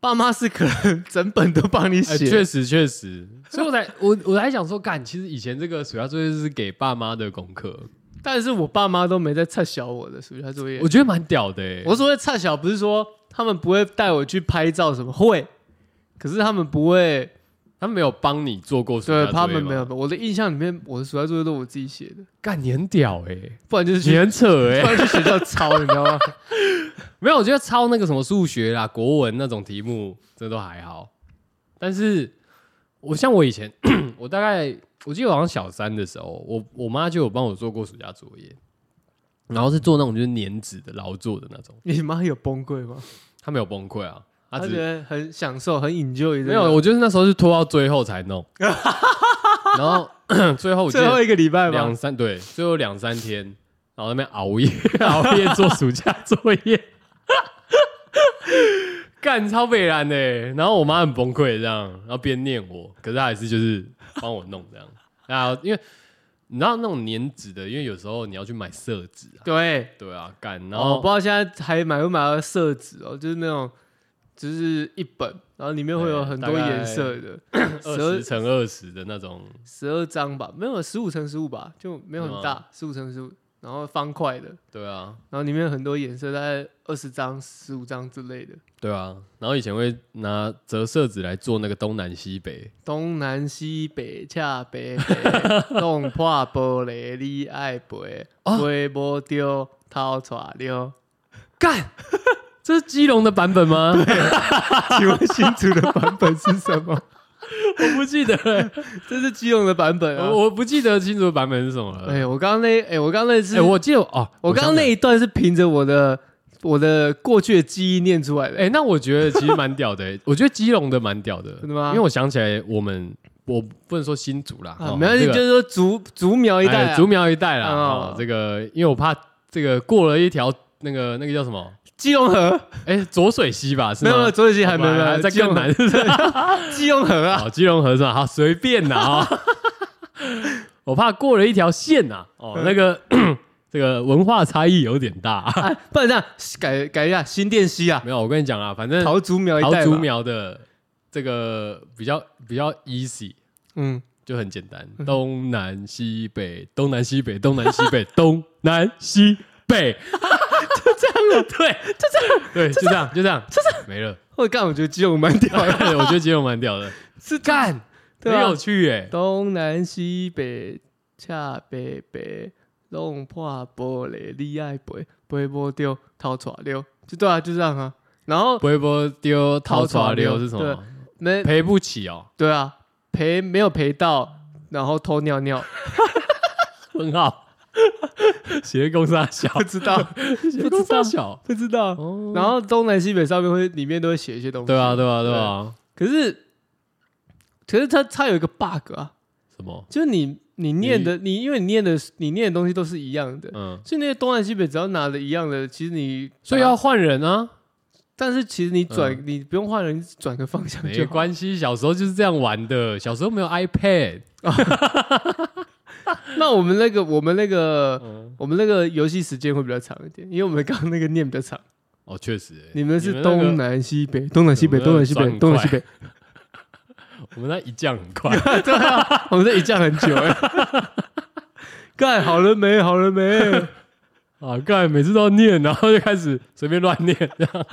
Speaker 3: 爸妈是可能 整本都帮你
Speaker 1: 哎，
Speaker 3: 写。
Speaker 1: 确实确实，所以我才我我才想说，干，其实以前这个暑假作业是给爸妈的功课，
Speaker 3: 但是我爸妈都没在撤小我的暑假作业。
Speaker 1: 我
Speaker 3: 我
Speaker 1: 觉得蛮屌的欸。
Speaker 3: 所谓撤小，不是说他们不会带我去拍照什么，会，可是他们不会。
Speaker 1: 他们没有帮你做过暑假作
Speaker 3: 对
Speaker 1: 业
Speaker 3: 他们
Speaker 1: 吗
Speaker 3: 没有，，我的印象里面，我的暑假作业都我自己写的，
Speaker 1: 干，你很屌哎，
Speaker 3: 不然就是去
Speaker 1: 你很扯哎
Speaker 3: 不。然去学校抄，你知道吗？
Speaker 1: 没有，我觉得抄那个什么数学啦、国文那种题目，这都还好。但是我像我以前， 我大概我记得我好像小三的时候，我我妈就有帮我做过暑假作业，然后是做那种就是粘纸的劳作的那种，
Speaker 3: 你妈有崩溃吗？
Speaker 1: 她没有崩溃啊，她
Speaker 3: 她
Speaker 1: 只
Speaker 3: 觉
Speaker 1: 是
Speaker 3: 得很享受，很 enjoy 这个。
Speaker 1: 没有，我就是那时候是拖到最后才 弄，然后 最后我记
Speaker 3: 最后
Speaker 1: 得
Speaker 3: 一个礼拜吧
Speaker 1: 两，三对，最后两三天，然后在那边熬夜 熬夜做暑假作业， 干超北然的。然后我妈很崩溃，这样，然后边念我，可是她还是就是帮我弄这样。 啊，因为你知道那种粘纸的，因为有时候你要去买色纸啊，
Speaker 3: 对。
Speaker 1: 对啊，干，然
Speaker 3: 然后我
Speaker 1: 后、
Speaker 3: 不知道现在还买不买到色纸哦，就是那种，就是一本，然后里面会有
Speaker 1: 对
Speaker 3: 很
Speaker 1: 大
Speaker 3: 多
Speaker 1: 概
Speaker 3: 颜色的，
Speaker 1: 二
Speaker 3: 十二
Speaker 1: 十乘二十的那种，
Speaker 3: 十二张吧，没有十五乘十五吧，就没有很
Speaker 1: 嗯
Speaker 3: 大，十五乘十五，然后方块的，
Speaker 1: 对啊，
Speaker 3: 然后里面有很多颜色，大概二十张、十五张之类的。
Speaker 1: 对啊。然后以前会拿折色纸来做那个东南西北，
Speaker 3: 东南西北恰 北北，弄破玻璃你爱背，
Speaker 1: 啊
Speaker 3: 背无丢掏出溜。
Speaker 1: 干，这是基隆的版本吗？
Speaker 3: 请问新竹的版本是什么？
Speaker 1: 我不记得了。
Speaker 3: 这是基隆的版本啊！
Speaker 1: 我我不记得清楚的版本是什么了。
Speaker 3: 哎，我刚刚那哎，我刚刚那
Speaker 1: 哎、
Speaker 3: 是
Speaker 1: 我记得哦，
Speaker 3: 我
Speaker 1: 想
Speaker 3: 刚刚
Speaker 1: 起来
Speaker 3: 那一段是凭着我的我的过去的记忆念出来
Speaker 1: 哎、
Speaker 3: 的。
Speaker 1: 那我觉得其实蛮屌的、哎我觉得基隆的蛮屌的，
Speaker 3: 真的吗
Speaker 1: 因为我想起来，我们我不能说新竹啦，
Speaker 3: 啊，
Speaker 1: 哦
Speaker 3: 没关系，
Speaker 1: 这
Speaker 3: 就
Speaker 1: 个
Speaker 3: 是说竹竹苗一代
Speaker 1: 哎
Speaker 3: 啊
Speaker 1: 竹，苗一带啦、哦
Speaker 3: 哦。
Speaker 1: 这个因为我怕这个过了一条那个那个叫什么？
Speaker 3: 基隆河
Speaker 1: 哎、浊水溪吧，是
Speaker 3: 没
Speaker 1: 吗？
Speaker 3: 有没有，左水溪还没有没
Speaker 1: 哦
Speaker 3: 有，
Speaker 1: 在
Speaker 3: 基隆
Speaker 1: 更
Speaker 3: 河
Speaker 1: 南，是不是？
Speaker 3: 基隆河啊，
Speaker 1: 哦，基隆河是吧？ 好，随便啦啊、哦 我怕过了一条线呐、
Speaker 3: 嗯
Speaker 1: 哦，那个 这个文化差异有点大、
Speaker 3: 哎，不然这样改改一下新店溪啊，
Speaker 1: 没有，我跟你讲啊，反正
Speaker 3: 桃竹苗一
Speaker 1: 桃
Speaker 3: 带嘛
Speaker 1: 竹，苗的这个比较比较 easy，
Speaker 3: 嗯。
Speaker 1: 就很简单，东南西北，东南西北，东南西北，东南西 北，就这样了，对，就这样，对，就这样，就这样，就这样，没了。
Speaker 3: 我干，我觉得基隆蛮 屌的，
Speaker 1: 我觉得节目蛮 屌的，
Speaker 3: 是干，对
Speaker 1: 很
Speaker 3: 啊
Speaker 1: 有趣哎。
Speaker 3: 东南西北恰北北，弄破玻璃你爱背，背不丢掏出溜，就对啊，就这样啊。然后
Speaker 1: 微博丢掏
Speaker 3: 掏
Speaker 1: 耍
Speaker 3: 耍
Speaker 1: 溜
Speaker 3: 溜
Speaker 1: 是什么？
Speaker 3: 没
Speaker 1: 赔不起哦，
Speaker 3: 对啊，陪没有陪到，然后偷 尿尿，
Speaker 1: 问号，斜共杀小，
Speaker 3: 不知道
Speaker 1: 斜共杀小，
Speaker 3: 不知道。
Speaker 1: 哦，
Speaker 3: 然后东南西北上面会里面都会写一些东西，
Speaker 1: 对啊，。对啊，对啊，
Speaker 3: 可是可是它它有一个 bug 啊，
Speaker 1: 什么？
Speaker 3: 就是你你念的你因为你念的你念的东西都是一样的，
Speaker 1: 嗯，
Speaker 3: 所以那些东南西北只要拿的一样的，其实你
Speaker 1: 所以要换人啊。
Speaker 3: 但是其实你转、你不用换人，你转个方向
Speaker 1: 嗯没
Speaker 3: 就好。
Speaker 1: 关系，小时候就是这样玩的。小时候没有 iPad，
Speaker 3: 那我们那个我们那个、
Speaker 1: 嗯
Speaker 3: 我们那个游戏时间会比较长一点，因为我们刚刚那个念比较长。
Speaker 1: 哦，确实欸、
Speaker 3: 你们
Speaker 1: 你
Speaker 3: 是
Speaker 1: 们那个
Speaker 3: 东南西北，东南西北，
Speaker 1: 你们
Speaker 3: 东南西
Speaker 1: 转
Speaker 3: 北
Speaker 1: 很，
Speaker 3: 东南西北。
Speaker 1: 我们那一降很快，
Speaker 3: 对啊，我们这一降很久哎、干好了没？好了没？
Speaker 1: 啊，干每次都要念，然后就开始随便乱念，这样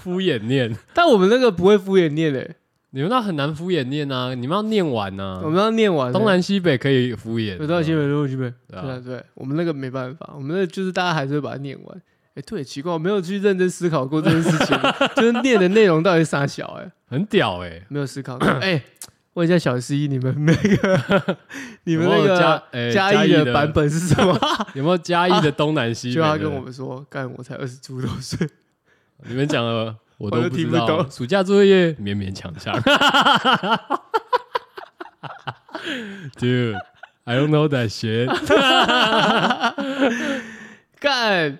Speaker 1: 敷衍念。
Speaker 3: 但我们那个不会敷衍念哎、
Speaker 1: 你们那很难敷衍念啊，你们要念完呐、
Speaker 3: 我们要念完、欸。
Speaker 1: 东南西北可以敷衍，啊
Speaker 3: 有到新闻，有新闻，
Speaker 1: 对
Speaker 3: 对
Speaker 1: 啊
Speaker 3: 啊，对，我们那个没办法，我们那个就是大家还是会把它念完。哎，对，奇怪，我没有去认真思考过这件事情， 就是念的内容到底是啥小哎、
Speaker 1: 很屌哎、
Speaker 3: 没有思 考过。哎，问一下小十一，你们那个 你们那
Speaker 1: 有没有加
Speaker 3: 个
Speaker 1: 哎
Speaker 3: 嘉义的版本是什么？
Speaker 1: 有没有 嘉义的东南西北
Speaker 3: 就
Speaker 1: 的？
Speaker 3: 他跟 我们说，干，我才二十出头 岁，
Speaker 1: 你们讲了，我都
Speaker 3: 我都
Speaker 1: 不
Speaker 3: 听
Speaker 1: 知
Speaker 3: 不
Speaker 1: 道。
Speaker 3: 懂
Speaker 1: 暑假作业勉勉强 强 ，Dude。I don't know that shit
Speaker 3: 干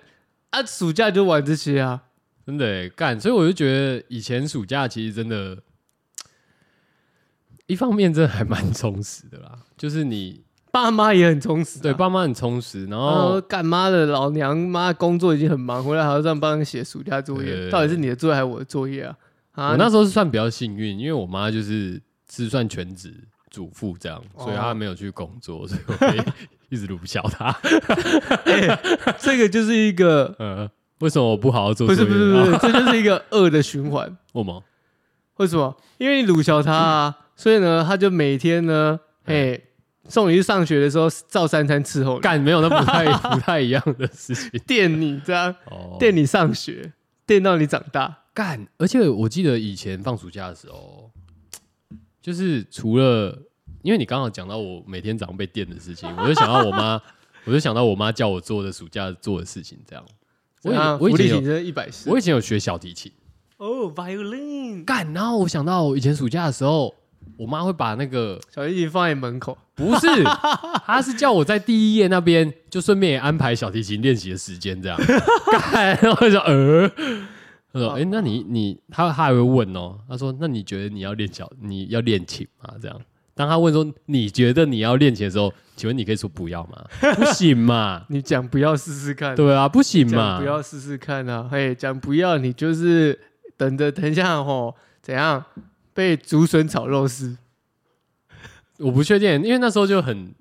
Speaker 3: 啊，暑假就玩这些啊。
Speaker 1: 真的欸干，所以我就觉得以前暑假其实真的，一方面真的还蛮充实的啦，就是你
Speaker 3: 爸妈也很充实、啊，嗯
Speaker 1: 对爸妈很哦充实，然
Speaker 3: 然后
Speaker 1: 后
Speaker 3: 干妈的老娘妈工作已经很忙，回来还要这样帮你写暑假作
Speaker 1: 对对
Speaker 3: 业，
Speaker 1: 对
Speaker 3: 到底是你的作业还是我的作业啊？啊，
Speaker 1: 我那时候是算比较幸运，因为我妈就是是算全职主妇这样，所以她
Speaker 3: 哦候
Speaker 1: 没有去工作，所以我可以一直撸不小她。
Speaker 3: 这个就是一个
Speaker 1: 呃，为什么我不好好做
Speaker 3: 不
Speaker 1: 作业？哦
Speaker 3: 是不是 不是，这就是一个恶的循环。
Speaker 1: 我吗？
Speaker 3: 为什么？因为你鲁小他啊，所以呢，他就每天呢，哎，送你去上学的时候照三餐伺候你，
Speaker 1: 嗯干没有，那不太 不太一样的事情。
Speaker 3: 电你这样
Speaker 1: 哦，
Speaker 3: 电你上学，电到你长大。
Speaker 1: 干，而且我记得以前放暑假的时候，就是除了因为你刚好讲到我每天早上被电的事情，我就想到我妈，我就想到我妈叫我做的暑假做的事情，这样。我以
Speaker 3: 啊
Speaker 1: 我以
Speaker 3: 福利
Speaker 1: 前
Speaker 3: 挺
Speaker 1: 有
Speaker 3: 真一百四
Speaker 1: 我以前有学小提琴，
Speaker 3: 哦，violin，
Speaker 1: 干，然后我想到我以前暑假的时候，我妈会把那个
Speaker 3: 小提琴放在你门口，
Speaker 1: 不是， 她是叫我在第一页那边就顺便也安排小提琴练习的时间，这样。 干，然后我就说呃，她
Speaker 3: 哦
Speaker 1: 说哎、那你你，她她还会问哦，她说那你觉得你要练小你要练琴吗？这样，当她问说你觉得你要练琴的时候，请问你可以说不要吗？不行 嘛，
Speaker 3: 你讲不要试试看。
Speaker 1: 对啊，不行
Speaker 3: 讲
Speaker 1: 嘛
Speaker 3: 不，要试试看啊！嘿，讲不要，你就是等着等一下吼，怎样被竹笋炒肉丝？
Speaker 1: 我不确定，因为那时候就很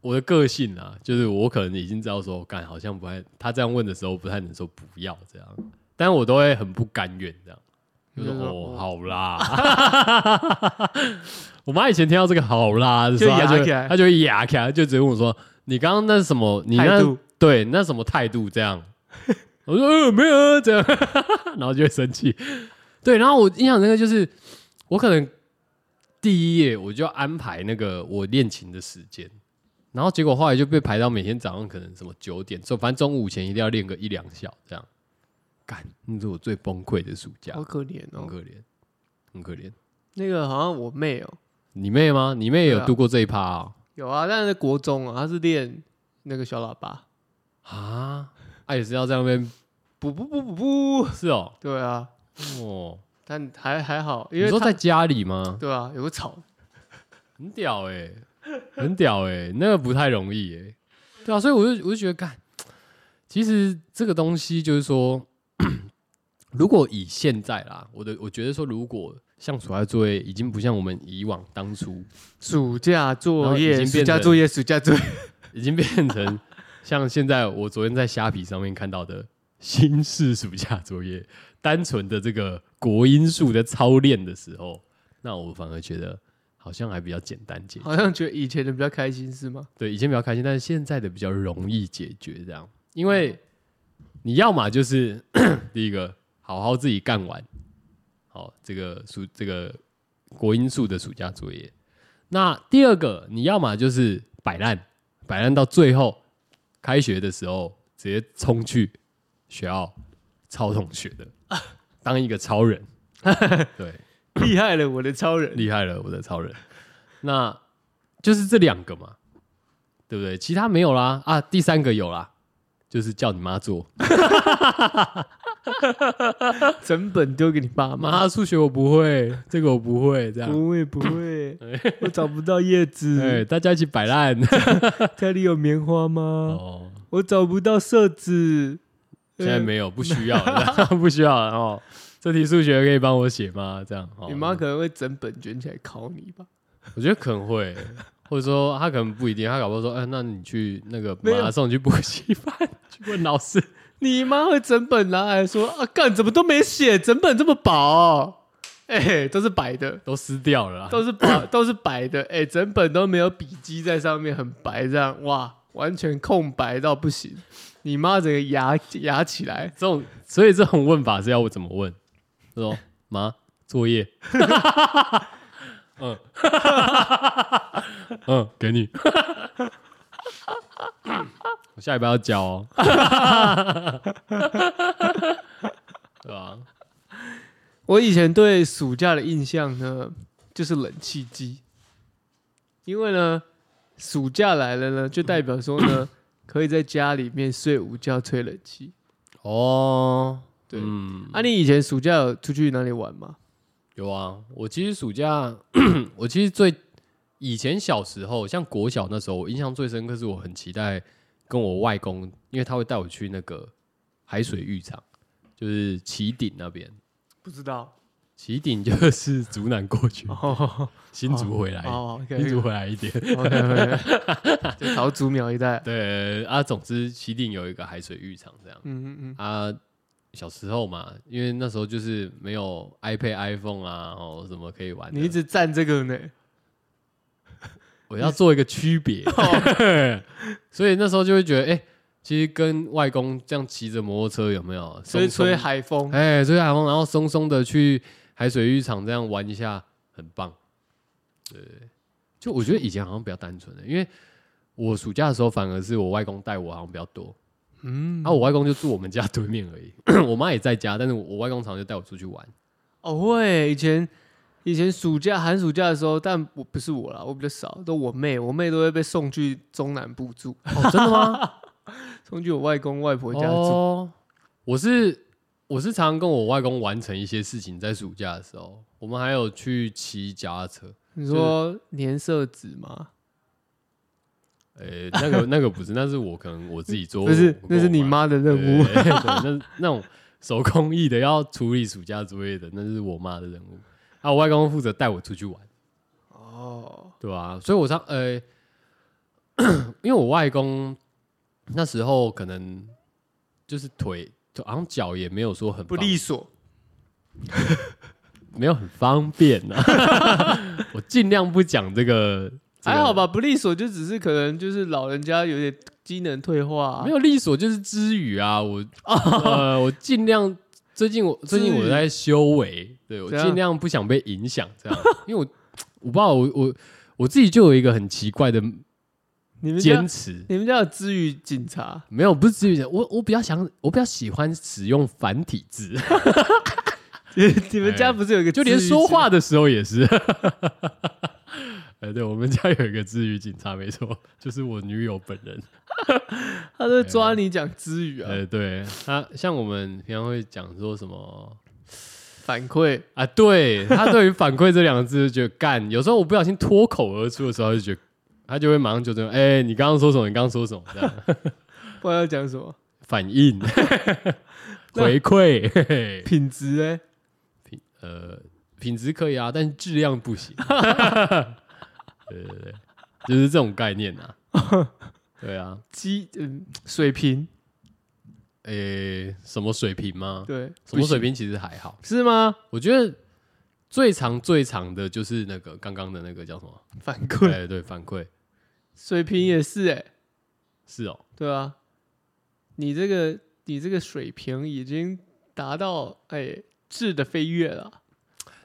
Speaker 1: 我的个性啊，就是我可能已经知道说，干好像不太他这样问的时候不太能说不要这样，但我都会很不甘愿这样，就说
Speaker 3: 你就说
Speaker 1: 哦
Speaker 3: 哦
Speaker 1: 好啦。 我妈以前听到这个好啦的时候，
Speaker 3: 就
Speaker 1: 她
Speaker 3: 牙
Speaker 1: 就
Speaker 3: 起来
Speaker 1: 她就会牙起来，就直接问我说：“你刚刚那是什么？你那
Speaker 3: 态度
Speaker 1: 对那什么态度？”这样， 我说：“呃，没有啊，这样。” 然后就会生气。对，然后我印象那个就是我可能第一页我就安排那个我练琴的时间，然后结果后来就被排到每天早上可能什么九点，就反正中午前一定要练个一两小这样。干，那是我最崩溃的暑假
Speaker 3: 好，可怜
Speaker 1: 很
Speaker 3: 哦。
Speaker 1: 可怜，很可怜。
Speaker 3: 那个好像我妹哦，
Speaker 1: 你妹吗？你妹有
Speaker 3: 对啊
Speaker 1: 度过这一趴哦
Speaker 3: 有啊，但是国中啊，她是练那个小喇叭，
Speaker 1: 啊？啊，也是要在那边
Speaker 3: 不不不不不，
Speaker 1: 是哦，
Speaker 3: 对啊，
Speaker 1: 哦，
Speaker 3: 但还还好，因
Speaker 1: 你
Speaker 3: 为
Speaker 1: 说
Speaker 3: 她
Speaker 1: 在家里吗？
Speaker 3: 对啊，有个草，
Speaker 1: 很屌哎、很屌哎、那个不太容易哎、对啊，所以我就我就觉得，干，其实这个东西就是说， 如果以现在啦，我的我觉得说，如果像暑假作业已经不像我们以往当初，
Speaker 3: 暑假
Speaker 1: 然后
Speaker 3: 作
Speaker 1: 已
Speaker 3: 业，
Speaker 1: 经
Speaker 3: 暑
Speaker 1: 变
Speaker 3: 假
Speaker 1: 成
Speaker 3: 作业，暑假作业，
Speaker 1: 已经变成像现在我昨天在虾皮上面看到的新式暑假作业，单纯的这个国音数的操练的时候，那我反而觉得好像还比较简单解决。
Speaker 3: 好像觉得以前的比较开心是吗？
Speaker 1: 对，以前比较开心，但是现在的比较容易解决，这样，因为你要嘛就是 第一个好好自己干完，好这个暑这个国音数的暑假作业，那第二个你要嘛就是摆烂，摆烂到最后开学的时候直接冲去学校抄同学的，当一个超人，对，
Speaker 3: 厉害了，我的超人，
Speaker 1: 厉害了，我的超人。那就是这两个嘛，对不对？其他没有啦啊，第三个有啦，就是叫你妈做。
Speaker 3: 整本丢给你爸妈。
Speaker 1: 妈，数学我不会，这个我不会，这样。
Speaker 3: 不会不会，我找不到叶子。
Speaker 1: 对，大家一起摆烂。
Speaker 3: 家里有棉花吗？
Speaker 1: 哦，
Speaker 3: 我找不到色子。
Speaker 1: 现在没有，不需要了，不需要了哦。这题数学可以帮我写吗？这样，哦
Speaker 3: 你妈可能会整本卷起来考你吧？
Speaker 1: 我觉得可能会，或者说他可能不一定，他搞不好说，哎、那你去那个
Speaker 3: 没有
Speaker 1: 马拉松你去补习班 去问老师，
Speaker 3: 你妈会整本拿来说啊，干怎么都没写，整本这么薄、哎、都是白的，
Speaker 1: 都撕掉了啦。
Speaker 3: 都是白，都是白的，哎、整本都没有笔记在上面，很白这样，哇，完全空白到不行。你妈整个压压起来，
Speaker 1: 这种，所以这种问法是要我怎么问？他说妈，作业， 嗯， 嗯，给你。 我下礼拜要交哦， 对吧、
Speaker 3: 我以前对暑假的印象呢，就是冷气机，因为呢，暑假来了呢，就代表说呢，可以在家里面睡午觉吹冷气。
Speaker 1: 哦，
Speaker 3: 对
Speaker 1: 嗯，
Speaker 3: 啊，你以前暑假有出去哪里玩吗？
Speaker 1: 有啊，我其实暑假， 我其实最以前小时候，像国小那时候，我印象最深刻是我很期待跟我外公，因为他会带我去那个海水浴场，就是旗顶那边，
Speaker 3: 不知道。
Speaker 1: 旗顶就是竹南过去，
Speaker 3: 哦，
Speaker 1: 新竹回来，
Speaker 3: 哦
Speaker 1: 新
Speaker 3: ，OK，
Speaker 1: 竹回来一点。
Speaker 3: OK，就桃竹苗一带。
Speaker 1: 对啊，总之旗顶有一个海水浴场这样
Speaker 3: 嗯嗯嗯，
Speaker 1: 啊。小时候嘛，因为那时候就是没有 iPad、iPhone 啊，哦，什么可以玩的。
Speaker 3: 你一直站这个呢？
Speaker 1: 我要做一个区 别，所以那时候就会觉得，哎、其实跟外公这样骑着摩托车有没有
Speaker 3: 吹
Speaker 1: 松松
Speaker 3: 吹海风，
Speaker 1: 哎、吹海风，然后松松的去海水浴场这样玩一下，很棒。对，就我觉得以前好像比较单纯的、因为我暑假的时候反而是我外公带我好像比较多，
Speaker 3: 嗯
Speaker 1: 然、，后我外公就住我们家对面而已， 我妈也在家，但是我外公常常就带我出去玩。
Speaker 3: 哦会，以前以前暑假寒暑假的时候，但我不是我啦，我比较少，都我妹，我妹都会被送去中南部住，
Speaker 1: 哦，真的吗？
Speaker 3: 送去我外公外婆家住。
Speaker 1: 哦、我是我是常常跟我外公完成一些事情，在暑假的时候，我们还有去骑脚踏车。
Speaker 3: 你说粘色纸吗？
Speaker 1: 呃、那个 那个不是，那是我可能我自己做，
Speaker 3: 不是
Speaker 1: 我，跟
Speaker 3: 那
Speaker 1: 我
Speaker 3: 是你妈的任务。
Speaker 1: 对，对那那种手工艺的要处理暑假作业的，那是我妈的任务。啊，我外公负责带我出去玩，
Speaker 3: 哦，
Speaker 1: 对吧、所以我常呃， 因为我外公那时候可能就是腿，好像脚也没有说很
Speaker 3: 不
Speaker 1: 方
Speaker 3: 利索。
Speaker 1: 没有很方便啊， 我尽量不讲这个，这个
Speaker 3: 还好？吧，不利索就只是可能就是老人家有点机能退化、啊，
Speaker 1: 没有利索就是之语啊，我呃，我尽量最近我最近
Speaker 3: 知语
Speaker 1: 我在修为，对我
Speaker 3: 怎样
Speaker 1: 尽量不想被影响，这样， 因为我我不知道我我我自己就有一个很奇怪的
Speaker 3: 你们家
Speaker 1: 坚持，
Speaker 3: 你们家有知语警察，
Speaker 1: 没有不是之语，我我比较想我比较喜欢使用繁体 字，
Speaker 3: 你
Speaker 1: 哎
Speaker 3: 们家不是有一个
Speaker 1: 就连
Speaker 3: 知语
Speaker 1: 说
Speaker 3: 警察
Speaker 1: 话的时候也是。 哎，对，我们家有一个之语警察，没错，就是我女友本人。
Speaker 3: 他
Speaker 1: 哎
Speaker 3: 在抓你讲知语啊，
Speaker 1: 呃，对，他像我们平常会讲说什么
Speaker 3: 反馈
Speaker 1: 啊？对他对于反馈这两个字就觉得干，有时候我不小心脱口而出的时候，他就觉得他就会马上纠正，哎、你刚刚说什么？你刚刚说什么？这样
Speaker 3: 不知道要讲什么
Speaker 1: 反 应
Speaker 3: 那
Speaker 1: 回馈，嘿嘿
Speaker 3: 品质哎、
Speaker 1: 呃，品质可以啊，但质量不 行。对对对，就是这种概念啊。对啊，
Speaker 3: 基嗯水平
Speaker 1: 哎、什么水平吗？
Speaker 3: 对
Speaker 1: 嗯什么水平其实还好。
Speaker 3: 不行是吗？
Speaker 1: 我觉得最长最长的就是那个刚刚的那个叫什么？哎
Speaker 3: 反馈
Speaker 1: 对对， 反馈
Speaker 3: 水平也是哎、
Speaker 1: 是哦，
Speaker 3: 对啊，你这个你这个水平已经达到哎、质的飞跃了，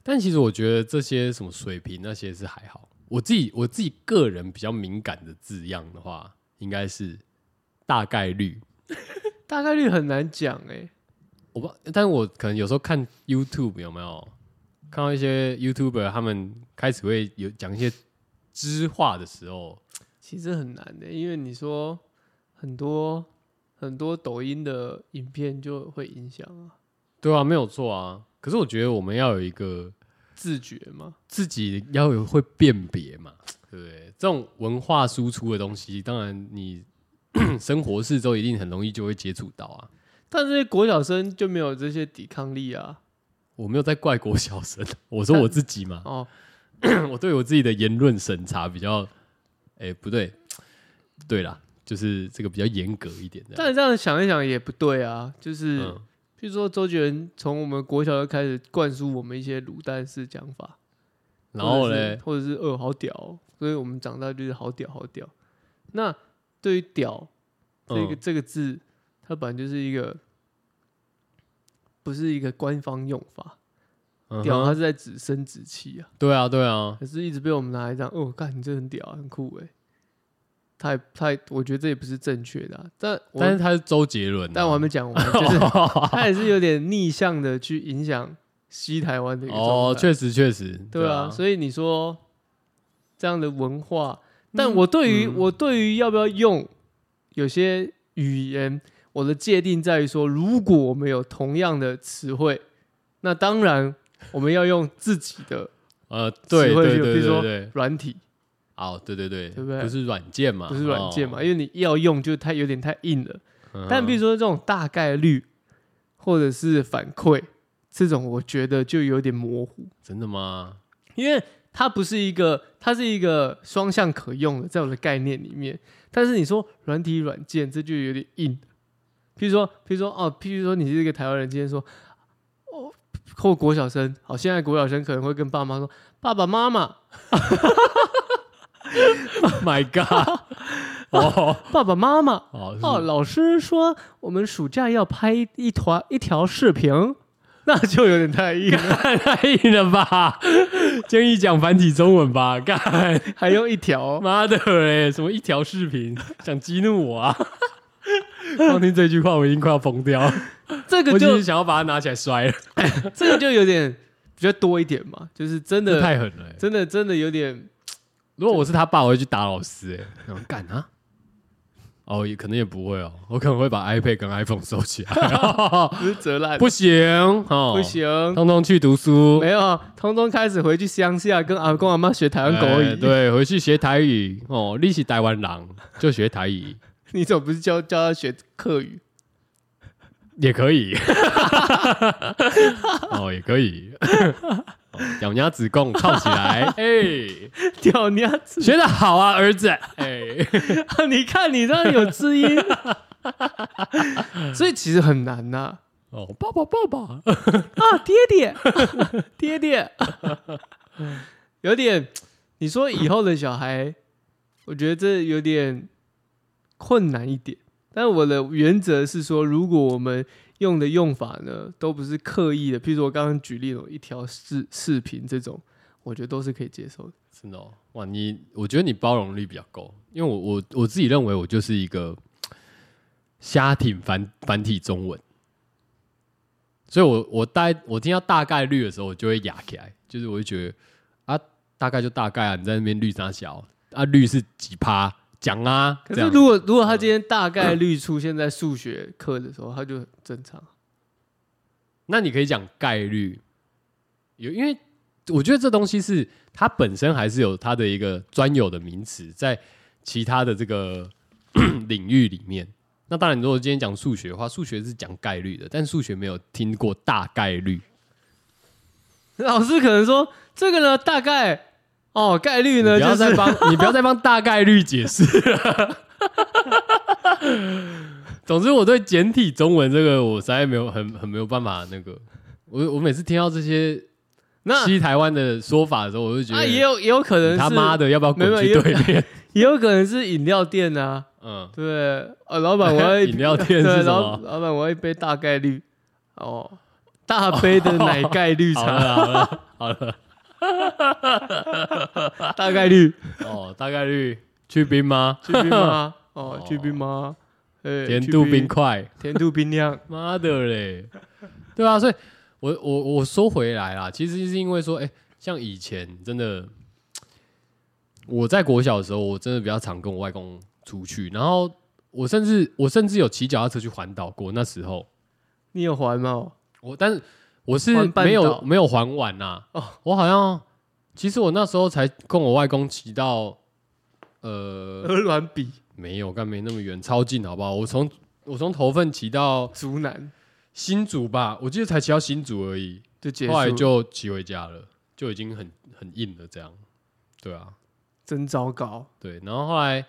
Speaker 1: 但其实我觉得这些什么水平那些是还好。我自己我自己个人比较敏感的字样的话，应该是大概率。
Speaker 3: 大概率很难讲哎、
Speaker 1: 我不，但是我可能有时候看 YouTube 有没有看到一些 YouTuber 他们开始会有讲一些知话的时候，
Speaker 3: 其实很难的、因为你说很多很多抖音的影片就会影响啊，
Speaker 1: 对啊，没有错啊。可是我觉得我们要有一个
Speaker 3: 自觉嘛，
Speaker 1: 自己要有会辨别嘛，对不对？这种文化输出的东西，当然你 生活四周一定很容易就会接触到啊。
Speaker 3: 但这些国小生就没有这些抵抗力啊。
Speaker 1: 我没有在怪国小生， 我说我自己 嘛，
Speaker 3: 哦，
Speaker 1: 我对我自己的言论审查比较，哎、不对，对啦，就是这个比较严格一点这样。
Speaker 3: 但这样想一想也不对啊，就是。
Speaker 1: 啊嗯，
Speaker 3: 譬如说周杰伦从我们国小就开始灌输我们一些卤蛋式讲法，
Speaker 1: 然后
Speaker 3: 或者是
Speaker 1: 嘞，
Speaker 3: 或者是呃好屌、哦，所以我们长大就是好屌好屌。那对于屌这个、
Speaker 1: 嗯
Speaker 3: 这个字，它本来就是一个不是一个官方用法，
Speaker 1: 嗯
Speaker 3: 屌
Speaker 1: 哼
Speaker 3: 啊它是在指生殖器啊，
Speaker 1: 对啊，对啊，
Speaker 3: 可是一直被我们拿来讲，哦，干你这很屌啊、很酷哎、太太，我觉得这也不是正确的啊、但我
Speaker 1: 但是他是周杰伦啊、
Speaker 3: 但我还没 讲完，就是 他也是有点逆向的去影响西台湾的一个状
Speaker 1: 哦，
Speaker 3: 态
Speaker 1: 确实确实，
Speaker 3: 对啊，所以你说这样的文化，但我对于、
Speaker 1: 嗯
Speaker 3: 我对于要不要用有些语言，我的界定在于说，如果我们有同样的词汇，那当然我们要用自己的
Speaker 1: 呃，对
Speaker 3: 词汇
Speaker 1: 对
Speaker 3: 就
Speaker 1: 对
Speaker 3: 比如
Speaker 1: 对
Speaker 3: 说
Speaker 1: 对，
Speaker 3: 软体，
Speaker 1: 哦，对对对，
Speaker 3: 对不对
Speaker 1: 是软件嘛，
Speaker 3: 不是软件嘛，
Speaker 1: 哦
Speaker 3: 因为你要用就太有点太硬了。
Speaker 1: 嗯
Speaker 3: 但比如说这种大概率或者是反馈这种，我觉得就有点模糊，
Speaker 1: 嗯真的吗？
Speaker 3: 因为它不是一个，它是一个双向可用的，在我的概念里面。但是你说软体软件，这就有点硬。譬如说，譬如说，哦，譬如说，你是一个台湾人，今天说，哦，或国小生，好，现在国小生可能会跟爸妈说，爸爸妈妈，
Speaker 1: ？Oh My God！哦
Speaker 3: 爸爸妈妈，
Speaker 1: 哦
Speaker 3: 哦，
Speaker 1: 是
Speaker 3: 老师说我们暑假要拍一团一条视频， 那就有点太硬 了，
Speaker 1: 太硬了吧？建议讲繁体中文吧，干
Speaker 3: 还用一条。
Speaker 1: 妈的嘞！什么一条视频，想激怒我啊！光听这句话，我已经快要疯掉了，
Speaker 3: 这
Speaker 1: 我
Speaker 3: 个
Speaker 1: 已经
Speaker 3: 就
Speaker 1: 想要把它拿起来摔了，
Speaker 3: 这个就有点比较多一点嘛，就是真
Speaker 1: 这
Speaker 3: 的
Speaker 1: 太狠了欸。
Speaker 3: 真的真的有点
Speaker 1: 如果我是他爸，我会去打老师，哎，那种干啊！哦，也可能也不会哦，我可能会把 iPad 跟 iPhone 收起 来。
Speaker 3: 不是折烂，
Speaker 1: 不行，哦，
Speaker 3: 不，行，
Speaker 1: 通通去读书，
Speaker 3: 没有，通通开始回去乡下跟阿公阿妈学台湾国
Speaker 1: 哎
Speaker 3: 语。，
Speaker 1: 对，回去学台语哦，你是台湾人就学台语
Speaker 3: 你怎么不是教教他学客语？
Speaker 1: 也可以， 哦，也可以，哦咬人家子贡唱起来， 哎、
Speaker 3: 屌你啊！子
Speaker 1: 学的好啊，儿子，哎、
Speaker 3: 你看你那有知音，所以其实很难呐、
Speaker 1: 哦，爸爸爸爸，
Speaker 3: 啊，爹爹，爹爹，有点，你说以后的小孩，我觉得这有点困难一点。但我的原则是说，如果我们用的用法呢，都不是刻意的，譬如说我刚刚举例了一条视视频这种，我觉得都是可以接受的。
Speaker 1: 真的、哦，哇，你我觉得你包容力比较够，因为我我我自己认为我就是一个瞎挺繁繁体中文，所以我我大概我听到大概率的时候，我就会哑起来，就是我就觉得啊，大概就大概啊，你在那边绿啥小啊，绿是几趴讲啊，
Speaker 3: 可
Speaker 1: 这
Speaker 3: 是
Speaker 1: 样
Speaker 3: 如果如果他今天大概率出现在数学课的时候，他就很正常。
Speaker 1: 那你可以讲概率，有因为我觉得这东西是它本身还是有它的一个专有的名词，在其他的这个 领域里面。那当然，如果今天讲数学的话，数学是讲概率的，但数学没有听过大概率。
Speaker 3: 老师可能说这个呢，大概哦概率
Speaker 1: 你
Speaker 3: 呢
Speaker 1: 不
Speaker 3: 就
Speaker 1: 要
Speaker 3: 是
Speaker 1: 再帮，你不要再帮大概率解释 了。总之，我对简体中文这个，我实在没有很很没有办法那个。我我每次听到这些
Speaker 3: 那
Speaker 1: 西台湾的说法的时候，我就觉
Speaker 3: 啊，
Speaker 1: 得
Speaker 3: 也有也有可能是
Speaker 1: 他妈，的要不要滚
Speaker 3: 没
Speaker 1: 去
Speaker 3: 有
Speaker 1: 对面？
Speaker 3: 也有可能是饮料店啊，
Speaker 1: 嗯，
Speaker 3: 对，呃，老板我要一
Speaker 1: 饮料店是
Speaker 3: 对，
Speaker 1: 什
Speaker 3: 老
Speaker 1: 么？
Speaker 3: 老板我要一杯大概率，哦，大杯的奶盖绿
Speaker 1: 好
Speaker 3: 茶，
Speaker 1: 了好了好了，
Speaker 3: 大概 率，
Speaker 1: 哦，大概率去冰吗？
Speaker 3: 去冰吗？
Speaker 1: 哦
Speaker 3: 哦，去冰吗？呃，
Speaker 1: 甜
Speaker 3: 去
Speaker 1: 度冰，块，
Speaker 3: 甜度冰酿，
Speaker 1: 妈的嘞！对啊，所以我我我说回来啦，其实是因为说，哎、像以前真的，我在国小的时候，我真的比较常跟我外公出去，然后我甚至我甚至有骑脚踏车去环岛过，那时候。
Speaker 3: 你有还吗？哦
Speaker 1: 我但是我是
Speaker 3: 环半
Speaker 1: 没有
Speaker 3: 岛
Speaker 1: 没有还完呐、
Speaker 3: 哦
Speaker 1: 我好像其实我那时候才跟我外公骑到，呃，
Speaker 3: 鹅卵比
Speaker 1: 没有，干没那么远，超近，好不好？我从我从头份骑到
Speaker 3: 竹南，
Speaker 1: 新竹吧，我记得才骑到新竹而已。
Speaker 3: 就结
Speaker 1: 后来
Speaker 3: 束，
Speaker 1: 就骑回家了，就已经很很硬了这样。对啊，
Speaker 3: 真糟糕。
Speaker 1: 对，然后后来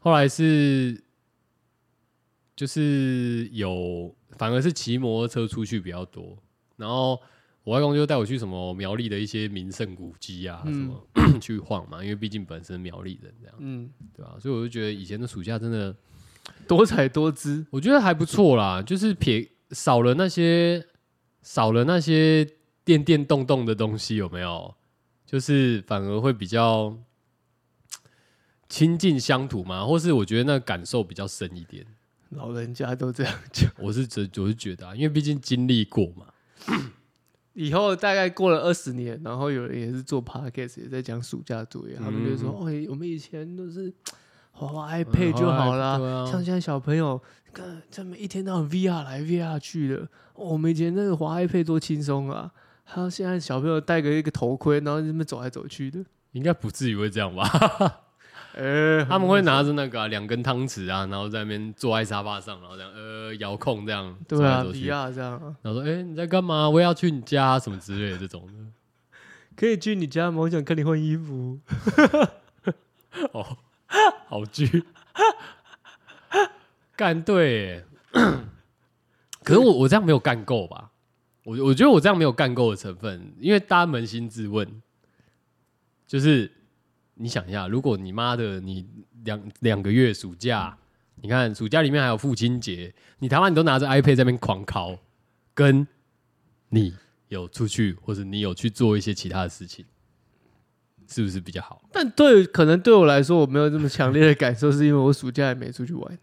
Speaker 1: 后来是就是有，反而是骑摩托车出去比较多。然后我外公就带我去什么苗栗的一些名胜古迹啊，什 么、去晃嘛，因为毕竟本身苗栗人这样，
Speaker 3: 嗯，
Speaker 1: 对啊，所以我就觉得以前的暑假真的，
Speaker 3: 多彩多姿，
Speaker 1: 我觉得还不错啦，就是撇少了那些少了那些电电动动的东西，有没有？就是反而会比较亲近乡土嘛，或是我觉得那感受比较深一点。
Speaker 3: 老人家都这样讲。
Speaker 1: 我是觉我是觉得、啊，因为毕竟经历过嘛，
Speaker 3: 以后大概过了二十年，然后有人也是做 podcast，也在讲暑假作业，他们就说：“哦，我们以前都是滑滑 iPad 就好啦，
Speaker 1: 对啊
Speaker 3: 像现在小朋友，看他们一天到晚 VR 来 VR 去的，哦我们以前那个滑 iPad 多轻松啊！还有现在小朋友戴个一个头盔，然后在那边走来走去的，
Speaker 1: 应该不至于会这样吧？
Speaker 3: 呃，
Speaker 1: 他们会拿着那个啊两、根汤匙啊，然后在那边坐在沙发上，然后这样呃遥控这样
Speaker 3: 对啊
Speaker 1: 走来走去，
Speaker 3: ，VR 这样啊，
Speaker 1: 然后说哎、你在干嘛？我也要去你家啊、什么之类的这种的。
Speaker 3: 可以去你家吗？我想跟你换衣服。
Speaker 1: 哦，好剧，干对耶。可是我我这样没有干够吧？我我觉得我这样没有干够的成分，因为大家扪心自问，就是你想一下，如果你妈的你两两个月暑假，你看暑假里面还有父亲节，你他妈你都拿着 iPad 在那边狂考，跟你有出去或者你有去做一些其他的事情，是不是比较好？
Speaker 3: 但对，可能对我来说，我没有这么强烈的感受，是因为我暑假也没出去玩。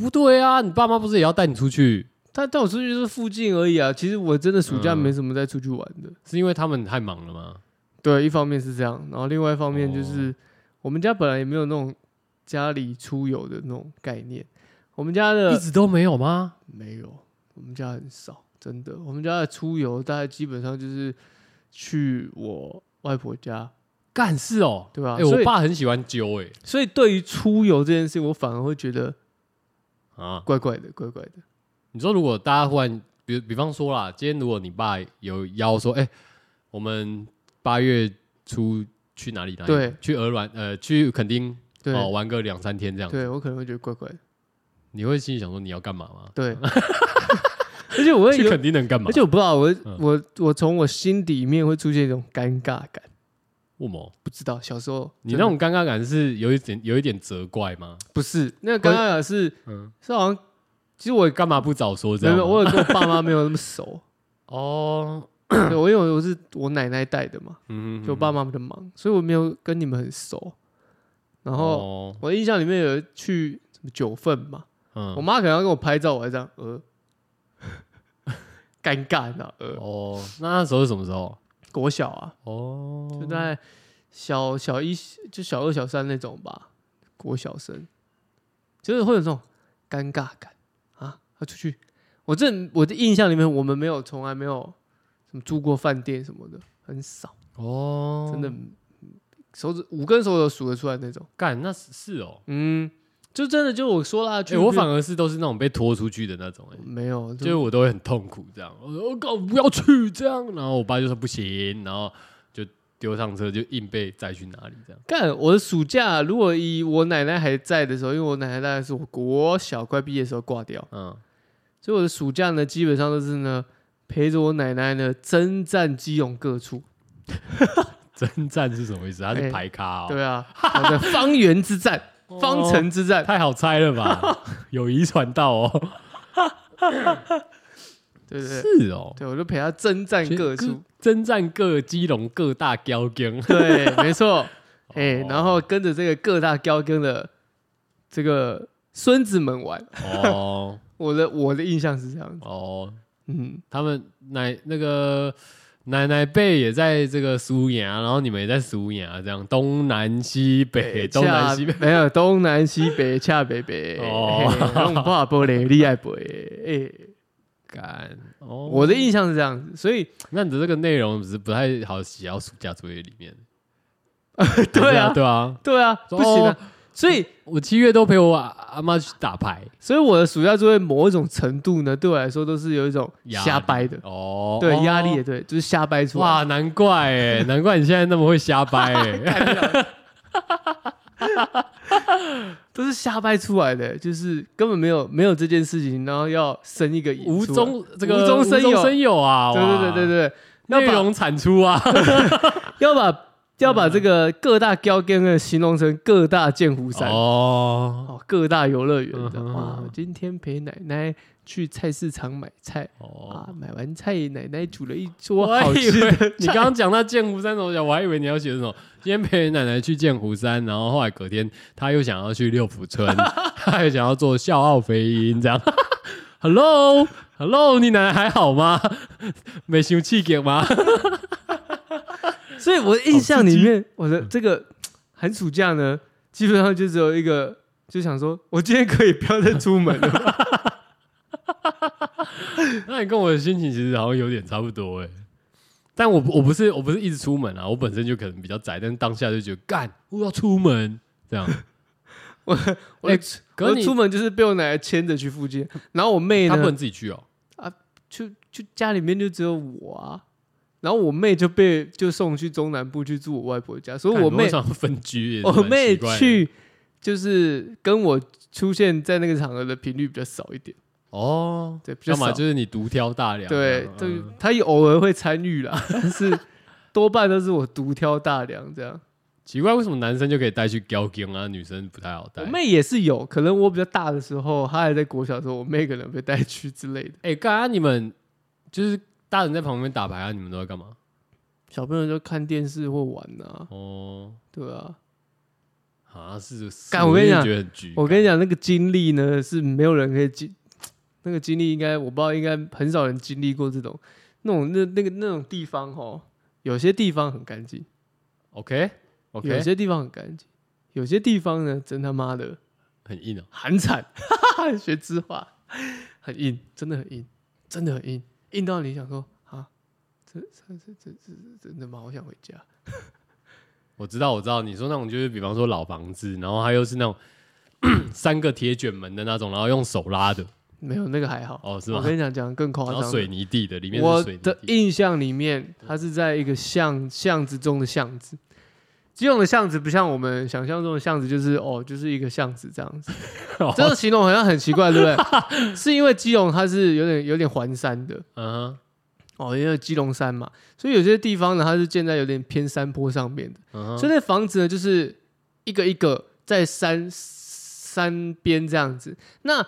Speaker 1: 不对啊，你爸妈不是也要带你出去？
Speaker 3: 但带我出去就是附近而已啊。其实我真的暑假没什么再出去玩的。
Speaker 1: 是因为他们太忙了吗？
Speaker 3: 对，一方面是这样，然后另外一方面就是、我们家本来也没有那种家里出游的那种概念，我们家
Speaker 1: 一
Speaker 3: 的
Speaker 1: 直都没有吗？
Speaker 3: 没有，我们家很少，真的，我们家的出游大概基本上就是去我外婆家，
Speaker 1: 干事哦，
Speaker 3: 对吧啊
Speaker 1: 哎，
Speaker 3: 所
Speaker 1: 我
Speaker 3: 以
Speaker 1: 爸很喜欢揪哎
Speaker 3: 所以对于出游这件事情，我反而会觉得
Speaker 1: 啊！
Speaker 3: 怪怪的，怪怪的。
Speaker 1: 你说如果大家忽然，比比方说啦，今天如果你爸有邀说，哎，我们八月初去哪里？哪里
Speaker 3: 对，
Speaker 1: 去鹅銮，呃，去垦丁
Speaker 3: 对，
Speaker 1: 哦，玩个两三天这样子，
Speaker 3: 对我可能会觉得怪怪的，
Speaker 1: 你会心里想说你要干嘛吗？
Speaker 3: 对。而且我会
Speaker 1: 去
Speaker 3: 有，
Speaker 1: 垦丁能干嘛
Speaker 3: 而？且我不知道，我、
Speaker 1: 嗯
Speaker 3: 我我从我心底里面会出现一种尴尬感，
Speaker 1: 为什么？
Speaker 3: 不知道小时候
Speaker 1: 你
Speaker 3: 真
Speaker 1: 那
Speaker 3: 的
Speaker 1: 种尴尬感是有一点有一点责怪吗？
Speaker 3: 不是，那个尴尬感是
Speaker 1: 嗯，
Speaker 3: 是好像，其实我也
Speaker 1: 干嘛不早说这
Speaker 3: 没有
Speaker 1: 样
Speaker 3: 没
Speaker 1: 吗？
Speaker 3: 有，我也跟我爸妈没有那 么熟，
Speaker 1: 哦，
Speaker 3: 对我因为我是我奶奶带的嘛，
Speaker 1: 嗯，
Speaker 3: 就我爸妈比较忙，所以我没有跟你们很熟。然后
Speaker 1: 哦
Speaker 3: 我印象里面有去什么九份嘛，
Speaker 1: 嗯
Speaker 3: 我妈可能要跟我拍照，我还这样呃， 尴尬你知道呃，
Speaker 1: 哦，那那时候是什么时候？
Speaker 3: 国小啊，
Speaker 1: 哦，
Speaker 3: 就在小小一就小二小三那种吧，国小生，就是会有这种尴尬感啊，要出去。我这我的印象里面，我们没有从来没有什么住过饭店什么的，很少，
Speaker 1: 哦，
Speaker 3: 真的、嗯手指五根手指头数得出来那种。
Speaker 1: 干那是是哦，
Speaker 3: 嗯，就真的就嗯我说啦，去
Speaker 1: 哎，我反而是都是那种被拖出去的那种，哎，
Speaker 3: 没有，
Speaker 1: 就是
Speaker 3: 就
Speaker 1: 我都会很痛苦这样，我说我靠不要去这样，然后我爸就说不行，然后就丢上车就硬被载去哪里这样，
Speaker 3: 干我的暑假，如果以我奶奶还在的时候，因为我奶奶大概是我国小快毕业的时候挂掉。
Speaker 1: 嗯，
Speaker 3: 所以我的暑假呢，基本上都是呢陪着我奶奶呢征战基隆各处。
Speaker 1: 征战是什么意思？他是
Speaker 3: 哎
Speaker 1: 排咖哦，
Speaker 3: 对啊，我的方圆之战、
Speaker 1: 哦
Speaker 3: 方城之战，
Speaker 1: 太好猜了 吧？有遗传到哦，
Speaker 3: 对对对，
Speaker 1: 是哦，
Speaker 3: 对我就陪她征战各处。
Speaker 1: 征战各基隆各大交gang，
Speaker 3: 对，没错。哎
Speaker 1: 哦，
Speaker 3: 然后跟着这个各大高跟的这个孙子们玩，
Speaker 1: 哦
Speaker 3: 我的我的印象是这样子。
Speaker 1: 哦，
Speaker 3: 嗯，
Speaker 1: 他们奶那个奶奶辈也在这个苏雅，然后你们也在苏雅，这样东南西北， 东南西北
Speaker 3: 恰，没有东南西北，恰北北。
Speaker 1: 哦
Speaker 3: 哦，用怕不嘞，你爱不嘞？哎，
Speaker 1: 干哦。
Speaker 3: 我的印象是这样子，所以
Speaker 1: 那你的这个内容只是不太好写到暑假作业里面，
Speaker 3: 对啊
Speaker 1: 对啊，
Speaker 3: 对啊，
Speaker 1: 说
Speaker 3: 不行啊
Speaker 1: 哦！
Speaker 3: 所以
Speaker 1: 我七月都陪我阿阿妈去打牌
Speaker 3: 所以我的暑假作业某一种程度呢，对我来说都是有一种
Speaker 1: 压力
Speaker 3: 瞎掰的，
Speaker 1: 哦，
Speaker 3: 对
Speaker 1: 哦
Speaker 3: 压力也对，就是瞎掰出来。
Speaker 1: 哇，难怪哎，难怪你现在那么会瞎掰 哎，
Speaker 3: 都是瞎掰出来的，就是根本没有没有这件事情，然后要生一个野
Speaker 1: 无
Speaker 3: 出来
Speaker 1: 中这个
Speaker 3: 无中生有
Speaker 1: 生有啊，
Speaker 3: 对对
Speaker 1: 对，
Speaker 3: 对对对，要
Speaker 1: 内
Speaker 3: 把
Speaker 1: 容产出啊，
Speaker 3: 要把要
Speaker 1: 嗯
Speaker 3: 把这个各大标杆呢形容成各大剑湖山哦
Speaker 1: 哦
Speaker 3: 各大游乐园
Speaker 1: 嗯
Speaker 3: 的
Speaker 1: 哼
Speaker 3: 哇！今天陪奶奶去菜市场买菜啊
Speaker 1: 哦，，
Speaker 3: 买完菜奶奶煮了一桌
Speaker 1: 我
Speaker 3: 好
Speaker 1: 还以
Speaker 3: 吃的
Speaker 1: 为你刚刚讲到剑湖山怎么讲，我还以为你要写什么， 今天陪奶奶去剑湖山，然后后来隔天他又想要去六福村， 他又想要做笑傲飞鹰这样。Hello。Hello，你奶奶还好吗？ 没生气给吗？
Speaker 3: 所以我的印象里面，我的这 个寒暑假呢，基本上就只有一个，就想说我今天可以不要再出门 了。
Speaker 1: 那你跟我的心情其实好像有点差不多哎、但我不我不是我不是一直出门啊，我本身就可能比较宅，但是当下就觉得干我要出门这样。
Speaker 3: 我的
Speaker 1: 哎可
Speaker 3: 我
Speaker 1: 是
Speaker 3: 的
Speaker 1: 你
Speaker 3: 出门就是被我奶奶牵着去附近，然后我妹
Speaker 1: 他不
Speaker 3: 呢
Speaker 1: 能，自己去哦、
Speaker 3: 就就家里面就只有我啊，然后我妹就被就送去中南部去住我外婆家，所以
Speaker 1: 干
Speaker 3: 我妹
Speaker 1: 想分居也是蛮
Speaker 3: 我妹
Speaker 1: 奇怪的
Speaker 3: 去就是跟我出现在那个场合的频率比较少一点，
Speaker 1: 哦，
Speaker 3: 对，比较
Speaker 1: 要么
Speaker 3: 少，
Speaker 1: 就是你独挑大梁，
Speaker 3: 对，
Speaker 1: 这
Speaker 3: 对
Speaker 1: 样，嗯
Speaker 3: 她也偶尔会参与啦，但是多半都是我独挑大梁这样。
Speaker 1: 奇怪为什么男生就可以带去交game 啊，女生不太好带
Speaker 3: 我。妹也是有，可能我比较大的时候，她还在国小的时候，我妹可能被带去之类的。
Speaker 1: 哎，刚刚你们就是大人在旁边打牌啊，你们都在干嘛？
Speaker 3: 小朋友就看电视或玩啊，
Speaker 1: 哦，
Speaker 3: 对啊。
Speaker 1: 啊是，是
Speaker 3: 干我跟你
Speaker 1: 就
Speaker 3: 讲
Speaker 1: 觉得很局，
Speaker 3: 我跟你讲，那个经历呢，是没有人可以经，那个经历应该我不知道，应该很少人经历过这种那种那那个那种地方哦。有些地方很干净
Speaker 1: OK
Speaker 3: 有
Speaker 1: OK，
Speaker 3: 些地方很干净，有些地方呢，真他妈的
Speaker 1: 很硬哦。
Speaker 3: 寒惨， 学字话，很硬，真的很硬，真的很硬，硬到你想说啊，这这这这这这真的吗？我想回家。
Speaker 1: 我知道，我知道，你说那种就是，比方说老房子，然后它又是那种 三个铁卷门的那种，然后用手拉的，
Speaker 3: 没有那个还好，
Speaker 1: 哦是吗
Speaker 3: 我跟你讲，讲得更夸
Speaker 1: 然
Speaker 3: 张
Speaker 1: 后
Speaker 3: 的，
Speaker 1: 水泥地的，里面
Speaker 3: 我
Speaker 1: 是水泥
Speaker 3: 的
Speaker 1: 地。
Speaker 3: 印象里面，它是在一个巷巷子中的巷子。基隆的巷子不像我们想象中的巷子，就是哦，就是一个巷子这样子。
Speaker 1: 哦
Speaker 3: 这样形容好像很奇怪，对不 对？是因为基隆它是有点有点环山的
Speaker 1: 嗯哼，
Speaker 3: 哦，因为基隆山嘛，所以有些地方呢，它是建在有点偏山坡上面的，
Speaker 1: 嗯哼，
Speaker 3: 所以那房子呢，就是一个一个在山山边这样子。那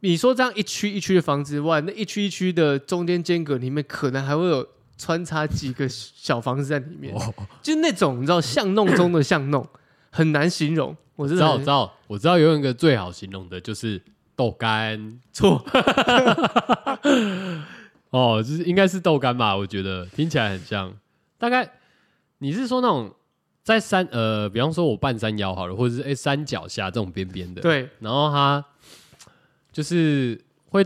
Speaker 3: 你说这样一区一区的房子之外，那一区一区的中间间隔里面，可能还会有穿插几个小房子在里面，
Speaker 1: 哦
Speaker 3: 就那种你知道巷弄中的巷弄，很难形容。我
Speaker 1: 知
Speaker 3: 真的
Speaker 1: 道，
Speaker 3: 很
Speaker 1: 知道，我知道有一个最好形容的就是豆干
Speaker 3: 错，
Speaker 1: 哦，就是应该是豆干吧，我觉得听起来很像。大概你是说那种在山呃，比方说我半山腰好了，或者是哎、山脚下这种边边的，
Speaker 3: 对
Speaker 1: 然后它就是会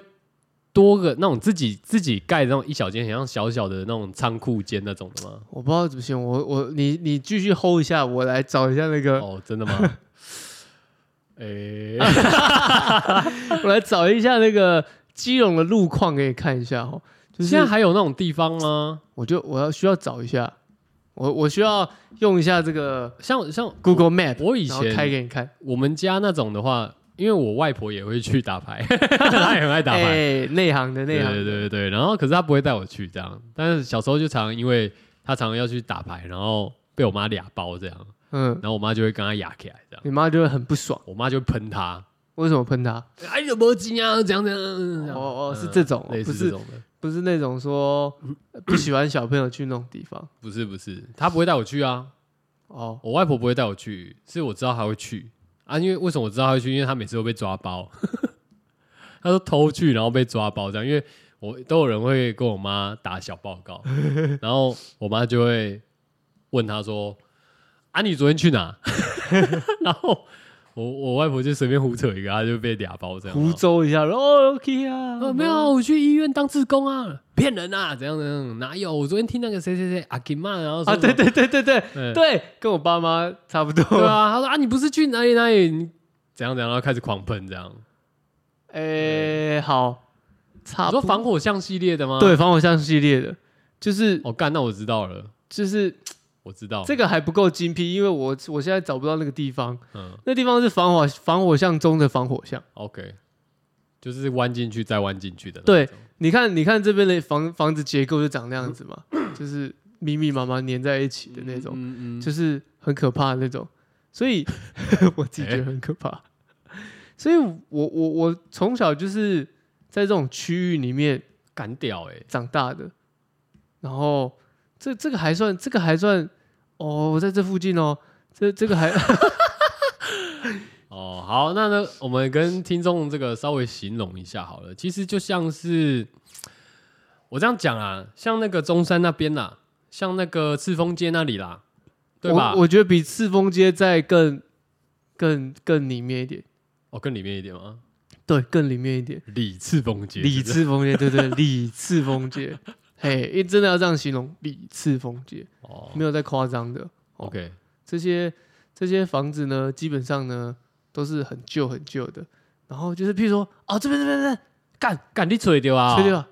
Speaker 1: 多个那种自己自己盖的那种一小间，很像小小的那种仓库间那种的吗？
Speaker 3: 我不知道怎么形容。我我你你继续 hold 一下，我来找一下那个，
Speaker 1: 哦，真的 吗？诶、
Speaker 3: 啊 我来找一下那个基隆的路况给你看一下哦。就是
Speaker 1: 现在还有那种地方吗？
Speaker 3: 我就我要需要找一下，我我需要用一下这个
Speaker 1: 像像
Speaker 3: Google Map，
Speaker 1: 我以
Speaker 3: 然后开
Speaker 1: 前
Speaker 3: 给你看。
Speaker 1: 我们家那种的话，因为我外婆也会去打牌， 她也很爱打牌。
Speaker 3: 哎，内行的内
Speaker 1: 对
Speaker 3: 行
Speaker 1: 对
Speaker 3: 的，
Speaker 1: 对对，然后可是她不会带我去这样，但是小时候就常因为她常要去打牌，然后被我妈俩包这样，
Speaker 3: 嗯，
Speaker 1: 然后我妈就会跟她压起来这样，
Speaker 3: 你妈就会很不爽，
Speaker 1: 我妈就会喷她，
Speaker 3: 为什么喷她？
Speaker 1: 哎，有没有金啊？怎样怎样怎样？
Speaker 3: 哦哦，
Speaker 1: 嗯
Speaker 3: 是这种，
Speaker 1: 类
Speaker 3: 不
Speaker 1: 似这
Speaker 3: 是
Speaker 1: 种的，
Speaker 3: 不是那 种说呃不喜欢小朋友去那种地方。
Speaker 1: 不是不是，他不会带我去啊，
Speaker 3: 哦，
Speaker 1: 我外婆不会带我去，是我知道他会去啊，因为为什么我知道他会去？因为他每次都被抓包， 他说偷去然后被抓包这样，因为我都有人会跟我妈打小报 告，然后我妈就会问他说：“啊，你昨天去哪？” 然后我我外婆就随便胡扯一个，她就被俩包这样。
Speaker 3: 胡诌一下，然后哦，OK 啊，
Speaker 1: 哦，没有啊，我去医院当志工啊，骗人啊，怎样怎样？哪有？我昨天听那个谁谁谁阿金曼，然后说
Speaker 3: 啊，对
Speaker 1: 什
Speaker 3: 对对对对
Speaker 1: 么，嗯
Speaker 3: 对，跟我爸妈差不 多。
Speaker 1: 对啊，他说啊，你不是去哪里哪里你怎样怎样，然后开始狂喷这样。
Speaker 3: 诶，哎好，差
Speaker 1: 你
Speaker 3: 啊不
Speaker 1: 说
Speaker 3: 多
Speaker 1: 防火巷系列的吗？，
Speaker 3: 对防火巷系列的，就是
Speaker 1: 啊哦，干，那我知道了，
Speaker 3: 就是
Speaker 1: 我知道
Speaker 3: 这个还不够精辟，因为我我现在找不到那个地方，
Speaker 1: 嗯
Speaker 3: 那地方是防火防火巷中的防火巷。
Speaker 1: ，OK，就是弯进去再弯进去的。
Speaker 3: 对，你看，你看这边的房房子结构就长那样子嘛，就是密密麻麻粘在一起的那种，
Speaker 1: 嗯嗯，就
Speaker 3: 就是很可怕的那种。所以我自己觉得很可怕。
Speaker 1: 哎
Speaker 3: 所以我我我从小就是在这种区域里面
Speaker 1: 敢屌哎，
Speaker 3: 长大的，然后这这个还算这个还算哦，我在这附近哦，这 这个还
Speaker 1: 哦，好，那呢，我们跟听众这个稍微形容一下好了。其实就像是我这样讲啊，像那个中山那边啦，像那个赤峰街那里啦，对吧
Speaker 3: 我？我觉得比赤峰街再更更更里面一点，
Speaker 1: 哦，更里面一点吗？
Speaker 3: 对，更里面一点。
Speaker 1: 里赤峰街，
Speaker 3: 李
Speaker 1: 是不是
Speaker 3: 次风街，对对，李次风街，嘿，一真的要这样形容，李次风街，
Speaker 1: 哦
Speaker 3: 没有在夸张的。哦
Speaker 1: ，OK，
Speaker 3: 这些这些房子呢，基本上呢都是很旧很旧的，然后就是譬如说，哦，这边这边这边，
Speaker 1: 干干你吹掉啊，
Speaker 3: 吹对吧？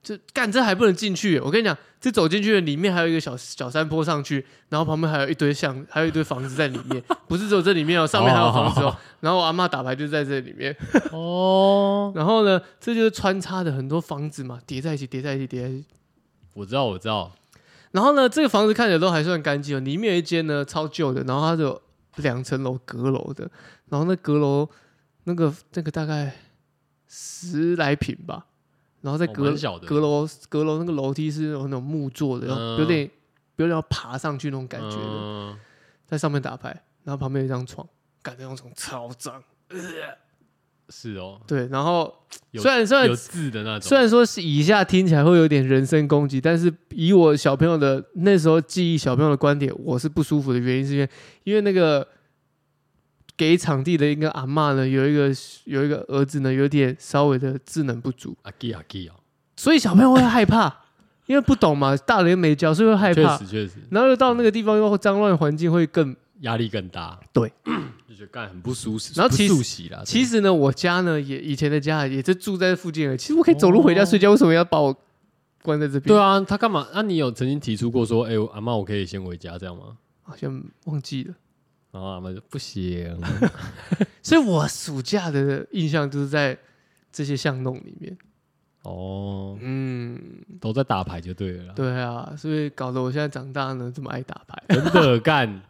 Speaker 3: 这干这还不能进去耶，我跟你讲，这走进去的里面还有一个小小山坡上去，然后旁边还有一堆像，还有一堆房子在里面， 不是只有这里面哦，上面还有房子哦。然后我阿嬷打牌就在这里面，
Speaker 1: 哦，
Speaker 3: 然后呢，这就是穿插的很多房子嘛，叠在一起，叠在一起，叠在一起。
Speaker 1: 我知道，我知道，
Speaker 3: 然后呢，这个房子看起来都还算干净哦，里面有一间呢超旧的，然后它是有两层楼阁楼的，然后那阁楼那个那个大概十来平吧，然后在
Speaker 1: 哦
Speaker 3: 阁、
Speaker 1: 蛮小的
Speaker 3: 阁楼阁楼那个楼梯是有那种木做的，然后有
Speaker 1: 嗯
Speaker 3: 点、有点要爬上去那种感觉的，
Speaker 1: 嗯
Speaker 3: 在上面打牌，然后旁边有一张床，感那张床超脏，
Speaker 1: 是哦，
Speaker 3: 对，然后
Speaker 1: 有
Speaker 3: 虽然虽然
Speaker 1: 有字的那种，
Speaker 3: 虽然说是以下听起来会有点人身攻击，但是以我小朋友的那时候记忆，小朋友的观点，我是不舒服的原因是因为，因为那个给场地的一个阿嬷呢，有一个有一个儿子呢，有点稍微的智能不足，
Speaker 1: 阿基阿基哦，
Speaker 3: 所以小朋友会害怕，因为不懂嘛，大人又没教，所以会 害
Speaker 1: 确
Speaker 3: 怕
Speaker 1: 实，确实
Speaker 3: 然后又到那个地方又脏乱环境会更啊
Speaker 1: 压力更大，
Speaker 3: 对，
Speaker 1: 就觉得干很不舒适，
Speaker 3: 然后
Speaker 1: 不
Speaker 3: 其实
Speaker 1: 熟悉啦，
Speaker 3: 其
Speaker 1: 实
Speaker 3: 实呢，我家呢也以前的家也是住在附近的，其实我可以走路回家睡觉，为什么要把我关在这边？
Speaker 1: 对啊，他干嘛？那你有曾经提出过说，哎，我阿妈，我可以先回家这样吗？
Speaker 3: 好像忘记了。
Speaker 1: 然后阿妈就不行，
Speaker 3: 所以我暑假的印象就是在这些巷弄里面。
Speaker 1: 哦，
Speaker 3: 嗯，
Speaker 1: 都在打牌就对了啦，
Speaker 3: 对啊，所以搞得我现在长大呢这么爱打牌。
Speaker 1: 真的干。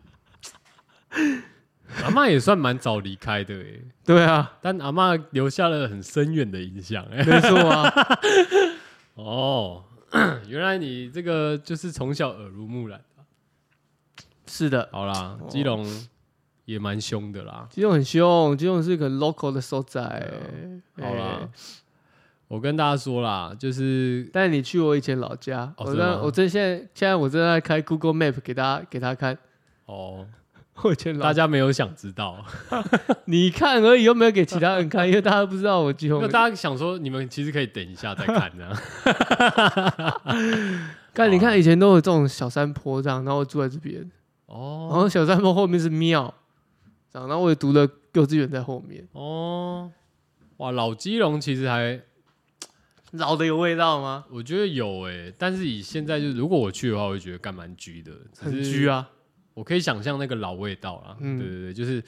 Speaker 1: 阿妈也算蛮早离开的哎，
Speaker 3: 对啊，
Speaker 1: 但阿妈留下了很深远的影响哎。
Speaker 3: 没错 啊，
Speaker 1: 哦， 原来你这个就是从小耳濡目染。
Speaker 3: 是的，
Speaker 1: 好啦，
Speaker 3: 哦
Speaker 1: 基隆也蛮凶的啦。
Speaker 3: 基隆很凶，基隆是一个 local 的所在。
Speaker 1: 对啊好啦
Speaker 3: 哎
Speaker 1: 我跟大家说啦，就是
Speaker 3: 带你去我以前老家，
Speaker 1: 哦
Speaker 3: 我
Speaker 1: 真的
Speaker 3: 在
Speaker 1: 吗
Speaker 3: 我正现在现在我正在开 Google Map 给大家给他看。
Speaker 1: 哦，
Speaker 3: 我以前老
Speaker 1: 大
Speaker 3: 家，
Speaker 1: 家没有想知道，
Speaker 3: 你看而已，又没有给其他人看，因为大家不知道我基隆
Speaker 1: 那
Speaker 3: 人。
Speaker 1: 大家想说你们其实可以等一下再看啊呢。
Speaker 3: 看，
Speaker 1: 哦
Speaker 3: 你看以前都有这种小山坡这样，然后我住在这边，然
Speaker 1: 哦
Speaker 3: 后小山坡后面是庙，然后我也读了幼稚园在后面，
Speaker 1: 哦，哇，老基隆其实还
Speaker 3: 老的有味道吗？
Speaker 1: 我觉得有诶、但是以现在就是如果我去的话，我会觉得干蛮居的，
Speaker 3: 很居
Speaker 1: 啊。
Speaker 3: 啊，
Speaker 1: 我可以想象那个老味道啦。
Speaker 3: 嗯
Speaker 1: 对对对，就是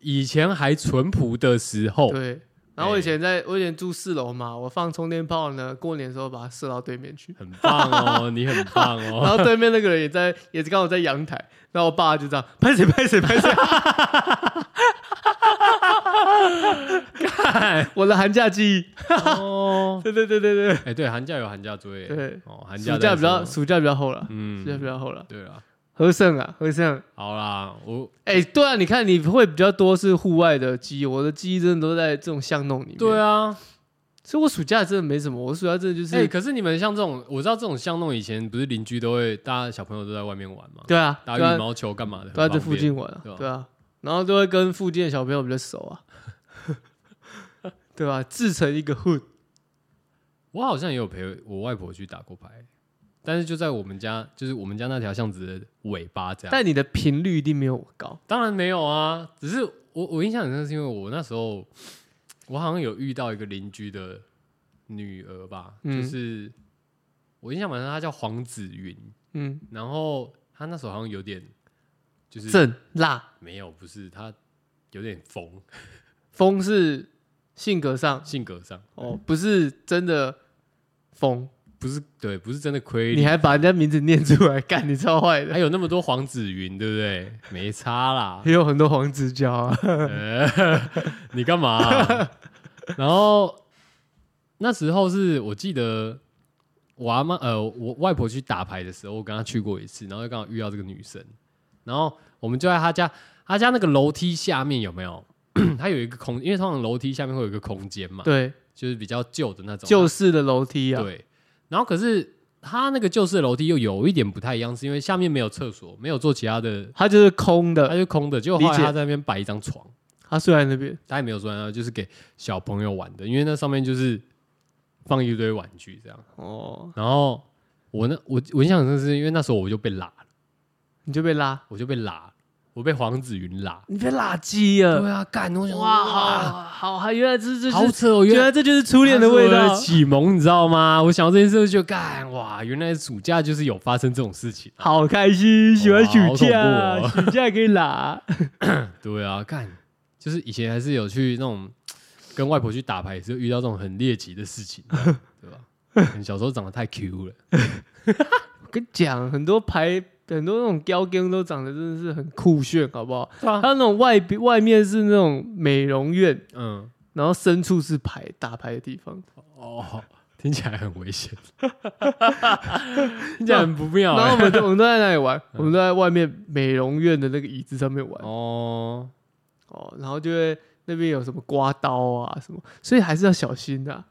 Speaker 1: 以前还淳朴的时候，
Speaker 3: 对。然后
Speaker 1: 哎
Speaker 3: 我以前在，我以前住四楼嘛，我放充电炮呢，过年的时候把它射到对面去，
Speaker 1: 很棒哦，你很棒
Speaker 3: 然
Speaker 1: 哦。
Speaker 3: 后对面那个人也在，也是刚好在阳台，然后我爸就这样拍谁拍谁拍谁，
Speaker 1: 哎
Speaker 3: 我的寒假记忆，
Speaker 1: 哦，
Speaker 3: 对对对对
Speaker 1: 哎、 对，寒假有寒假追、
Speaker 3: 对对，
Speaker 1: 哦，寒假
Speaker 3: 暑
Speaker 1: 再
Speaker 3: 假比较
Speaker 1: 说
Speaker 3: 暑假比较厚了，暑假比
Speaker 1: 嗯，
Speaker 3: 较厚了，
Speaker 1: 对了，
Speaker 3: 和盛啊和盛，
Speaker 1: 好啦，我
Speaker 3: 哎、对啊，你看你会比较多是户外的记忆，我的记忆真的都在这种巷弄里面。
Speaker 1: 对，啊，
Speaker 3: 所以我暑假真的没什么，我暑假真的就是、
Speaker 1: 哎、可是你们像这种，我知道这种巷弄以前不是邻居都会，大家小朋友都在外面玩嘛，
Speaker 3: 对啊，
Speaker 1: 打
Speaker 3: 对
Speaker 1: 羽
Speaker 3: 啊，
Speaker 1: 毛球干嘛的，
Speaker 3: 都在
Speaker 1: 很
Speaker 3: 这
Speaker 1: 方
Speaker 3: 附
Speaker 1: 便
Speaker 3: 近玩啊
Speaker 1: 对吧，
Speaker 3: 对啊。然后都会跟附近的小朋友比较熟啊， 对吧？制成一个 hood，
Speaker 1: 我好像也有陪我外婆去打过牌，但是就在我们家，就是我们家那条巷子的尾巴这样。
Speaker 3: 但你的频率一定没有我高。
Speaker 1: 当然没有啊，只是我我印象很深，是因为我那时候我好像有遇到一个邻居的女儿吧，
Speaker 3: 嗯
Speaker 1: 就是我印象蛮深，她叫黄子云，
Speaker 3: 嗯，
Speaker 1: 然后她那时候好像有点就是
Speaker 3: 正辣
Speaker 1: 没有，不是她有点疯，
Speaker 3: 疯是性格上
Speaker 1: 性格上
Speaker 3: 哦，不是真的疯。
Speaker 1: 不是对，不是真的亏
Speaker 3: 你
Speaker 1: 你，
Speaker 3: 还把人家名字念出来，干你超坏的
Speaker 1: 还。有那么多黄子云，对不对？没差啦，
Speaker 3: 也有很多黄子佼啊，
Speaker 1: 呃 你干嘛啊、然后那时候是我记得我阿妈呃，我外婆去打牌的时候，我跟她去过一次，然后就刚好遇到这个女生，然后我们就在她家，她家那个楼梯下面有没有？她有一个空，因为通常楼梯下面会有一个空间嘛，
Speaker 3: 对，
Speaker 1: 就是比较旧的那种，
Speaker 3: 旧式的楼梯
Speaker 1: 啊
Speaker 3: 啊，
Speaker 1: 对。然后可是她那个旧式的楼梯又有一点不太一样，是因为下面没有厕所，没有做其他的，
Speaker 3: 它就是空
Speaker 1: 她
Speaker 3: 的，
Speaker 1: 就空的。结果后来
Speaker 3: 呃理解
Speaker 1: 她在那边摆一张床。
Speaker 3: 它睡在那边，
Speaker 1: 他也没有说那就是给小朋友玩的，因为那上面就是放一堆玩具这样。
Speaker 3: 哦，
Speaker 1: 然后我那我我印象很深是因为那时候我就被拉了，
Speaker 3: 你就被拉，
Speaker 1: 我就被拉，我被黄子云拉。
Speaker 3: 你被拉鸡了，
Speaker 1: 对啊，干！我想
Speaker 3: 哇，
Speaker 1: 哇，
Speaker 3: 好好，还原来这这
Speaker 1: 好
Speaker 3: 是，
Speaker 1: 扯！我原
Speaker 3: 原
Speaker 1: 来
Speaker 3: 来这就是初恋的味
Speaker 1: 他是
Speaker 3: 道
Speaker 1: 我的，启蒙，你知道吗？我想到这件事我就觉得干哇，原来暑假就是有发生这种事情。
Speaker 3: 好开心，喜欢暑
Speaker 1: 哇好
Speaker 3: 假，
Speaker 1: 恐
Speaker 3: 暑假可以拉，
Speaker 1: 对啊，干，就是以前还是有去那种跟外婆去打牌，也是遇到这种很猎奇的事情，对吧？ 可能小时候长得太 Q 了。
Speaker 3: 我跟你讲，很多牌，很多那种雕根都长得真的是很酷炫，好不好？
Speaker 1: 对啊
Speaker 3: 它那种外边外面是那种美容院，
Speaker 1: 嗯，
Speaker 3: 然后深处是牌打牌的地方，
Speaker 1: 哦，听起来很危险，听起来很不妙、
Speaker 3: 然后我
Speaker 1: 欸。
Speaker 3: 们都我们都在那里玩，我们都在外面美容院的那个椅子上面玩
Speaker 1: 哦，
Speaker 3: 哦，然后就会那边有什么刮刀啊什么，所以还是要小心的啊、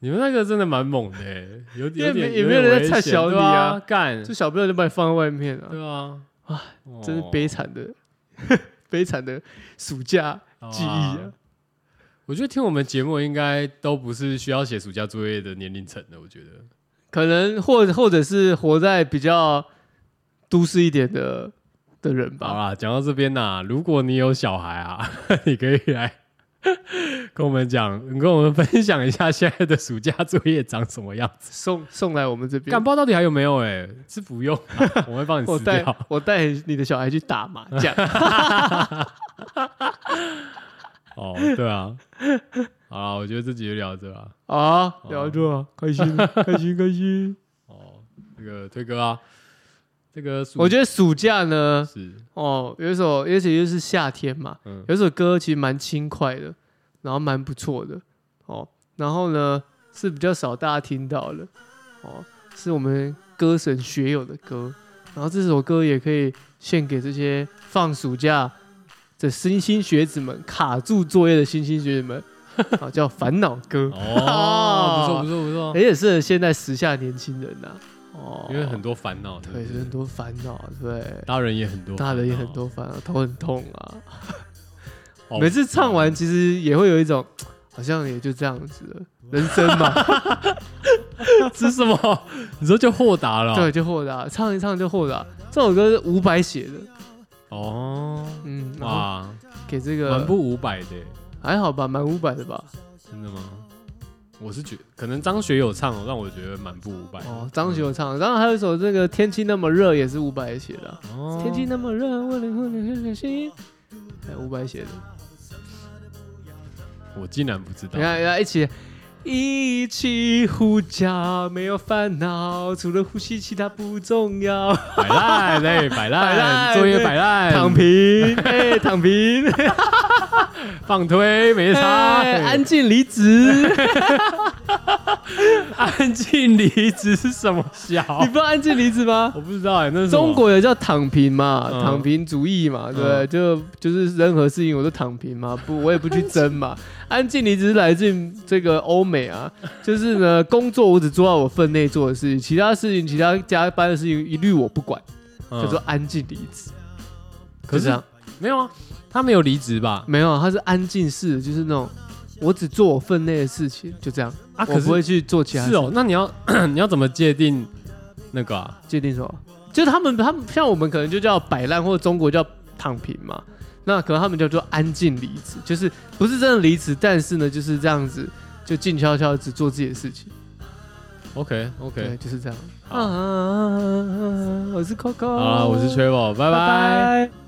Speaker 1: 你们那个真的蛮猛的、欸，有
Speaker 3: 因为
Speaker 1: 有点
Speaker 3: 也没有人在
Speaker 1: 危
Speaker 3: 菜
Speaker 1: 险
Speaker 3: 小你
Speaker 1: 对
Speaker 3: 啊
Speaker 1: 啊，干
Speaker 3: 就小朋友就把你放在外面啊，
Speaker 1: 对啊，哇
Speaker 3: 真是悲惨的、 悲惨的暑假记忆啊！。
Speaker 1: 哦我觉得听我们节目应该都不是需要写暑假作业的年龄层的，我觉得
Speaker 3: 可能或或者是活在比较都市一点的的人
Speaker 1: 好啊
Speaker 3: 吧。
Speaker 1: 啦，讲到这边呐、如果你有小孩啊， 你可以来 跟我们讲，跟我们分享一下现在的暑假作业长什么样子。
Speaker 3: 送送来我们这边
Speaker 1: 干，不知道到底还有没有、欸？哎，是不 用啊、我会帮你
Speaker 3: 我
Speaker 1: 撕
Speaker 3: 带
Speaker 1: 掉。
Speaker 3: 我带你的小孩去打麻 将，
Speaker 1: 哦，对啊，好啦，我觉得这集就聊到这啦。
Speaker 3: 啊，聊住啊，开心开心开心。
Speaker 1: 哦，这个推哥啊，这个
Speaker 3: 我
Speaker 1: 得
Speaker 3: 觉得暑假呢，
Speaker 1: 是
Speaker 3: 哦，有一首，而且又是夏天嘛，
Speaker 1: 嗯
Speaker 3: 有一首歌其实蛮轻快的，然后蛮不错的哦。然后呢是比较少大家听到的哦，是我们歌神学友的歌。然后这首歌也可以献给这些放暑假的新兴学子们，卡住作业的新兴学子们 啊，叫《烦恼歌》
Speaker 1: 哦，不错不错不错，
Speaker 3: 诶，也是现在时下年轻人呐、哦，
Speaker 1: 因为很多烦恼，
Speaker 3: 对，
Speaker 1: 是
Speaker 3: 很多烦恼，对。
Speaker 1: 大人也很多，
Speaker 3: 大人也很，多烦恼，头很痛啊。
Speaker 1: 哦
Speaker 3: 每次唱完，其实也会有一种好像也就这样子了，人生嘛，
Speaker 1: 这是什么？你说就豁达了，
Speaker 3: 对，，就豁达，唱一唱就豁达。这首歌是伍佰写的，
Speaker 1: 哦，
Speaker 3: 嗯，哇，
Speaker 1: 哇，
Speaker 3: 给这
Speaker 1: 蛮
Speaker 3: 个
Speaker 1: 不五百的耶，欸
Speaker 3: 还好吧，蛮伍佰的吧？
Speaker 1: 真的吗？我是觉可能张学友唱哦，让我觉得蛮不五百的
Speaker 3: 哦，张学友唱的，然后还有一首这个《天气那么热》也是伍佰写的啊、
Speaker 1: 哦
Speaker 3: 天气那么热，我的我的开心，哎，伍佰写的，
Speaker 1: 我竟然不知道
Speaker 3: 你，看，要一起。一起呼叫，没有烦恼，除了呼吸，其他不重要。
Speaker 1: 摆烂，哎，摆
Speaker 3: 摆
Speaker 1: 烂，
Speaker 3: 烂
Speaker 1: 作业
Speaker 3: 对
Speaker 1: 摆烂，
Speaker 3: 躺平，哎、躺平，
Speaker 1: 放推没差，
Speaker 3: 哎 安静离职。
Speaker 1: 安静离职是什么
Speaker 3: 你
Speaker 1: 小
Speaker 3: 不？知道安静离职吗？
Speaker 1: 我不知道哎、那是什么
Speaker 3: 中国有叫躺平嘛，
Speaker 1: 嗯
Speaker 3: 躺平主义嘛，对不对，
Speaker 1: 嗯
Speaker 3: 就就是任何事情我都躺平嘛，不，我也不去争嘛。安静离职是来自于这个欧美啊，就是呢，工作我只做到我分内做的事情，其他事情、其他加班的事情一律我不管，
Speaker 1: 嗯
Speaker 3: 叫做安静离职。
Speaker 1: 可
Speaker 3: 就这
Speaker 1: 是
Speaker 3: 样
Speaker 1: 没有啊，他没有离职吧？
Speaker 3: 没有，他啊是安静式的，就是那种我只做我分内的事情，就这样，
Speaker 1: 啊，可
Speaker 3: 我
Speaker 1: 是
Speaker 3: 不会去做其他事。
Speaker 1: 是哦，那你要 你要怎么界定那个啊？
Speaker 3: 界定什么？就是他们，他们像我们可能就叫摆烂，或者中国叫躺平嘛。那可能他们叫做安静离职，就是不是真的离职，但是呢，就是这样子，就静悄悄地只做自己的事情。
Speaker 1: OK
Speaker 3: 对，
Speaker 1: OK，
Speaker 3: 就是这样。
Speaker 1: 好
Speaker 3: 啊，我是 Coco，
Speaker 1: 好了，我是 Travel，拜拜。
Speaker 3: 拜